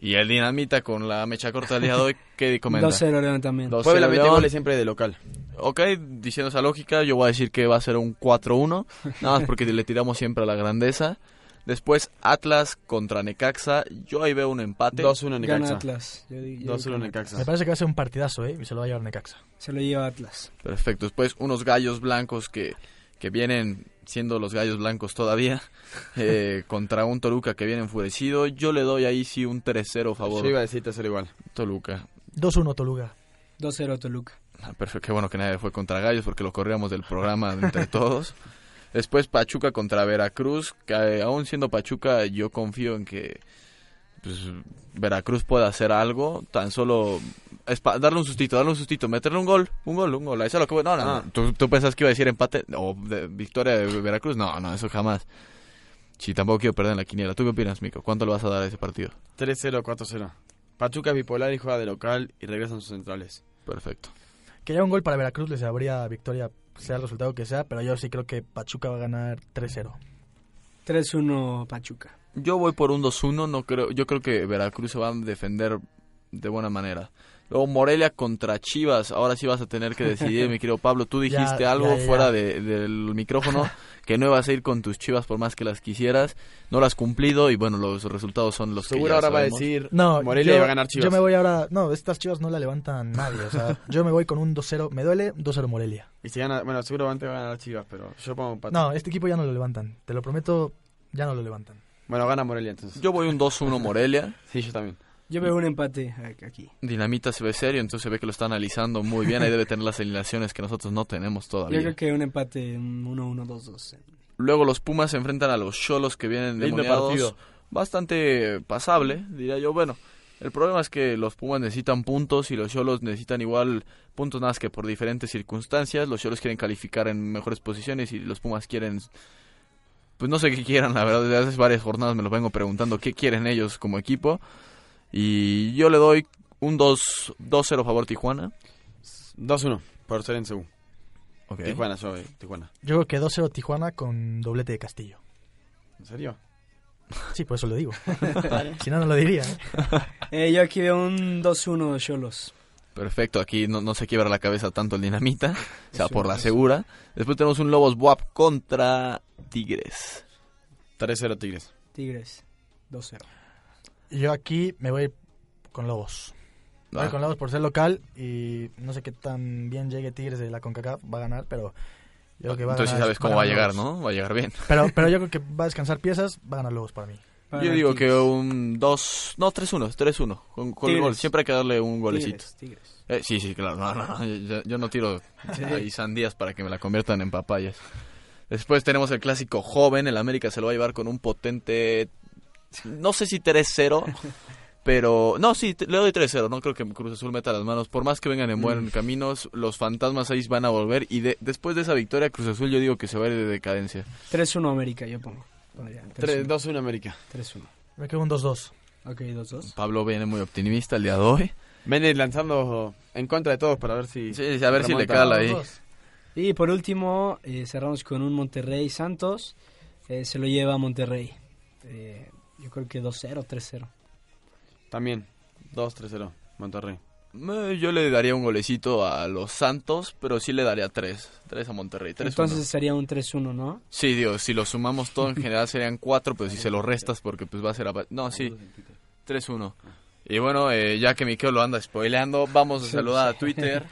F: Y el Dinamita con la mecha corta del día de hoy, ¿qué comenta?
C: 2-0 León también.
F: 2-0
E: Puebla mete
F: León.
E: goles siempre de local.
F: Ok, diciendo esa lógica, yo voy a decir que va a ser un 4-1, nada más porque le tiramos siempre a la grandeza. Después Atlas contra Necaxa, yo ahí veo un empate.
E: 2-1
C: Gana
E: Necaxa.
C: Atlas. Yo di- yo
E: 2-1
C: digo que
D: Me
E: Necaxa.
D: parece que va a ser un partidazo, ¿eh? Y se lo va a llevar Necaxa.
C: Se lo lleva Atlas.
F: Perfecto, después unos gallos blancos que, que vienen siendo los gallos blancos todavía, eh, contra un Toluca que viene enfurecido. Yo le doy ahí sí un 3-0 favor
E: Yo iba a decirte hacer igual.
F: Toluca.
D: 2-1 Toluca.
C: 2-0 Toluca.
F: Ah, Perfecto, qué bueno que nadie fue contra Gallos porque lo corríamos del programa entre todos. Después Pachuca contra Veracruz, que eh, aún siendo Pachuca yo confío en que pues, Veracruz pueda hacer algo, tan solo es pa- darle un sustito, darle un sustito, meterle un gol, un gol, un gol. Ahí está lo que voy- No, no, no.
E: Ah.
F: ¿Tú, tú pensás que iba a decir empate o de- victoria de Veracruz? No, no, eso jamás. Sí, tampoco quiero perder en la quiniela. ¿Tú qué opinas, Mico? ¿Cuánto le vas a dar a ese partido?
E: 3-0, 4-0. Pachuca es bipolar y juega de local y regresan sus centrales.
F: Perfecto.
D: Que ya un gol para Veracruz les habría victoria, sea el resultado que sea, pero yo sí creo que Pachuca va a ganar 3-0.
C: 3-1 Pachuca.
F: Yo voy por un 2-1, no creo, yo creo que Veracruz se va a defender de buena manera. Luego Morelia contra Chivas, ahora sí vas a tener que decidir, mi querido Pablo, tú
D: Ya,
F: dijiste
D: ya,
F: algo
D: ya.
F: fuera de- del micrófono que no ibas a ir con tus Chivas por más que las quisieras, no las has cumplido y bueno, los resultados son los que
E: Seguro
F: ya
E: ahora va a
F: sabemos.
E: decir
D: No,
E: Morelia
D: yo-
E: va a ganar Chivas.
D: Yo me voy ahora. No, estas chivas no la levantan nadie. O sea, yo me voy con un 2-0. Me duele 2-0 Morelia.
E: Y si gana, bueno, seguro antes va a ganar Chivas, pero yo pongo empate.
D: No, este equipo ya no lo levantan. Te lo prometo, ya no lo levantan.
E: Bueno, gana Morelia entonces.
F: Yo voy un 2-1 Morelia,
E: Sí, yo también.
C: Yo veo un empate a- aquí.
F: Dinamita se ve serio, entonces se ve que lo está analizando muy bien, ahí debe tener las alineaciones que nosotros no tenemos todavía.
C: Yo creo que un empate un 1-1, 2-2.
F: Luego los Pumas se enfrentan a los Cholos que vienen
E: Lindo
F: endemoniados.
E: partido.
F: Bastante pasable, diría yo. Bueno, el problema es que los Pumas necesitan puntos y los Cholos necesitan igual puntos nada más que por diferentes circunstancias. Los Cholos quieren calificar en mejores posiciones y los Pumas quieren... Pues no sé qué quieran, la verdad. Desde hace varias jornadas me los vengo preguntando qué quieren ellos como equipo. Y yo le doy un 2 2-0 favor Tijuana.
E: 2-1, por ser en Seúl.
F: Okay.
E: Tijuana, yo, eh, Tijuana.
D: Yo creo que 2-0 Tijuana con doblete de Castillo.
E: ¿En serio?
D: Sí, por eso lo digo. si no, no lo diría. ¿eh?
C: Eh, yo aquí veo un 2-1 Cholos.
F: Perfecto, aquí no, no se quiebra la cabeza tanto el dinamita, o sea,
C: Sí,
F: por la
C: sí.
F: segura. Después tenemos un Lobos Buap contra Tigres.
E: 3-0 Tigres.
C: Tigres. 2-0.
D: Y Yo aquí me voy con Lobos. Voy
F: Ah,
D: con Lobos por ser local y no sé qué tan bien llegue Tigres de la CONCACAF. Va a ganar, pero. Yo creo que va a
F: Entonces sí
D: ganar-
F: sabes cómo va a
D: ganar
F: llegar,
D: Lobos.
F: ¿no? Va a llegar bien.
D: Pero, pero yo creo que va a descansar piezas, va a ganar Lobos para mí.
F: Yo digo que un 2, no, 3-1, 3-1, con, con el
C: Tigres.
F: gol. Siempre hay que darle un golecito.
C: Tigres, Tigres.
F: Eh, sí, sí, claro. no, no, no, yo, yo no tiro ahí sandías para que me la conviertan en papayas. Después tenemos el clásico joven. El América se lo va a llevar con un potente. No sé si 3-0, Pero, no, sí, te- le doy 3-0. No creo que Cruz Azul meta las manos. Por más que vengan en
D: Mm.
F: buen caminos, los fantasmas ahí van a volver. Y de- después de esa victoria, Cruz Azul yo digo que se va a ir de decadencia.
C: 3-1 América, yo pongo. Pondría
E: 3,
C: 3-1.
E: 2, 1 América.
C: 3-1.
D: Me quedo un 2-2.
C: Ok, 2-2.
F: Pablo viene muy optimista el día de hoy.
E: Vene lanzando en contra de todos para ver si.
F: Sí, sí, a ver si le
E: Remonta.
F: cala ahí.
C: Y por último, eh, cerramos con un Monterrey Santos. Eh, se lo lleva Monterrey. Eh, yo creo que 2-0, 3-0.
E: También. 2, 3, 0. Monterrey.
F: Eh, Yo le daría un golecito a los Santos, pero sí le daría 3. 3 a Monterrey. 3
C: Entonces sería un 3-1, ¿no?
F: Sí, digo, si lo sumamos todo en general serían cuatro, pero si se lo restas porque pues va a ser... apa- No, sí, 3-1. Y bueno, eh, ya que Miquel lo anda spoileando, vamos a
C: Sí,
F: saludar
C: sí.
F: a Twitter.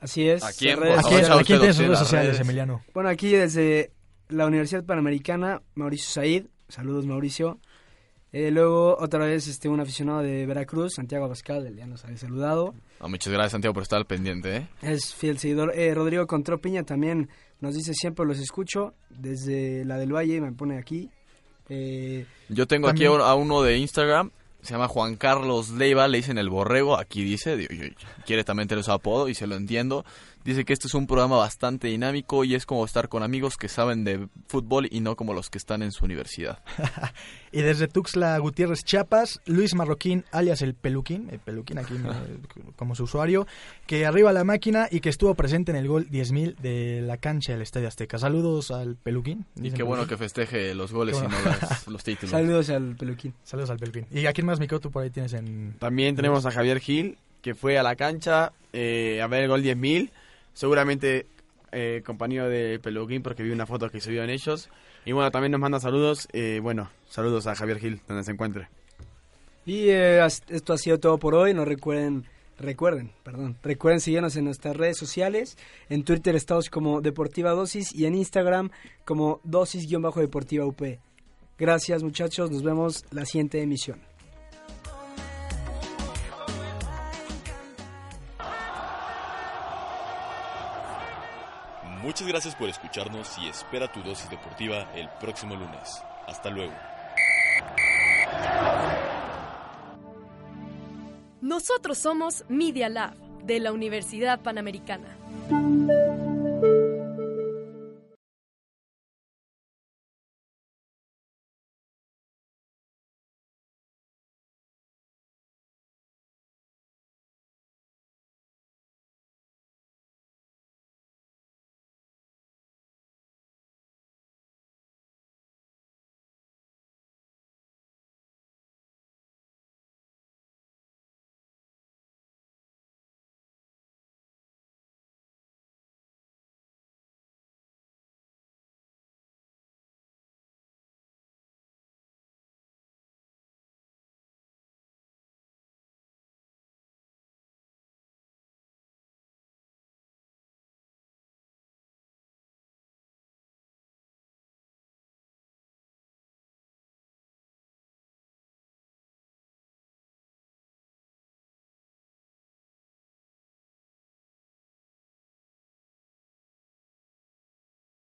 C: Así es.
F: ¿A quién,
C: Las
F: por
C: redes
F: favor?
D: ¿A quién,
F: Vamos a
D: a
F: usted,
D: quién tienes sus
F: sí,
D: redes
F: las
D: sociales,
F: redes.
D: Emiliano?
C: Bueno, aquí desde la Universidad Panamericana, Mauricio Said. Saludos, Mauricio. Eh, luego, otra vez, este, un aficionado de Veracruz, Santiago Abascal, él ya nos había saludado.
F: No, muchas gracias Santiago por estar al pendiente, ¿eh?
C: Es fiel seguidor. Eh, Rodrigo Contropiña también nos dice siempre los escucho desde la del Valle, me pone aquí. Eh,
F: Yo tengo aquí a
D: También-
F: un- a uno de Instagram, se llama Juan Carlos Leiva, le dicen el borrego, aquí dice, digo, yo- yo- quiere también tener su apodo y se lo entiendo. Dice que este es un programa bastante dinámico y es como estar con amigos que saben de fútbol y no como los que están en su universidad.
D: Y desde Tuxtla Gutiérrez, Chiapas, Luis Marroquín, alias el Peluquín, el Peluquín aquí eh, como su usuario, que arriba la máquina y que estuvo presente en el gol 10.000 de la cancha del Estadio Azteca. Saludos al Peluquín.
F: Y
D: dicen
F: qué bueno
D: Peluquín.
F: que festeje los goles
D: Qué bueno.
F: y no las- los títulos.
C: saludos al peluquín.
D: Saludos al Peluquín. ¿Y a quién más, Mico, tú por ahí tienes en...?
E: También tenemos a Javier Gil, que fue a la cancha eh, a ver el gol 10.000. Seguramente eh, compañero de Peluquín, porque vi una foto que subieron ellos. Y bueno, también nos manda saludos. eh, bueno, saludos a Javier Gil, donde se encuentre.
C: Y eh, has- esto ha sido todo por hoy. No recuerden, recuerden, perdón, recuerden seguirnos en nuestras redes sociales. En Twitter estamos como Deportiva Dosis y en Instagram como Dosis-Deportiva UP. Gracias muchachos, nos vemos la siguiente emisión.
G: Muchas gracias por escucharnos y espera tu dosis deportiva el próximo lunes. Hasta luego.
H: Nosotros somos Media Lab de la Universidad Panamericana.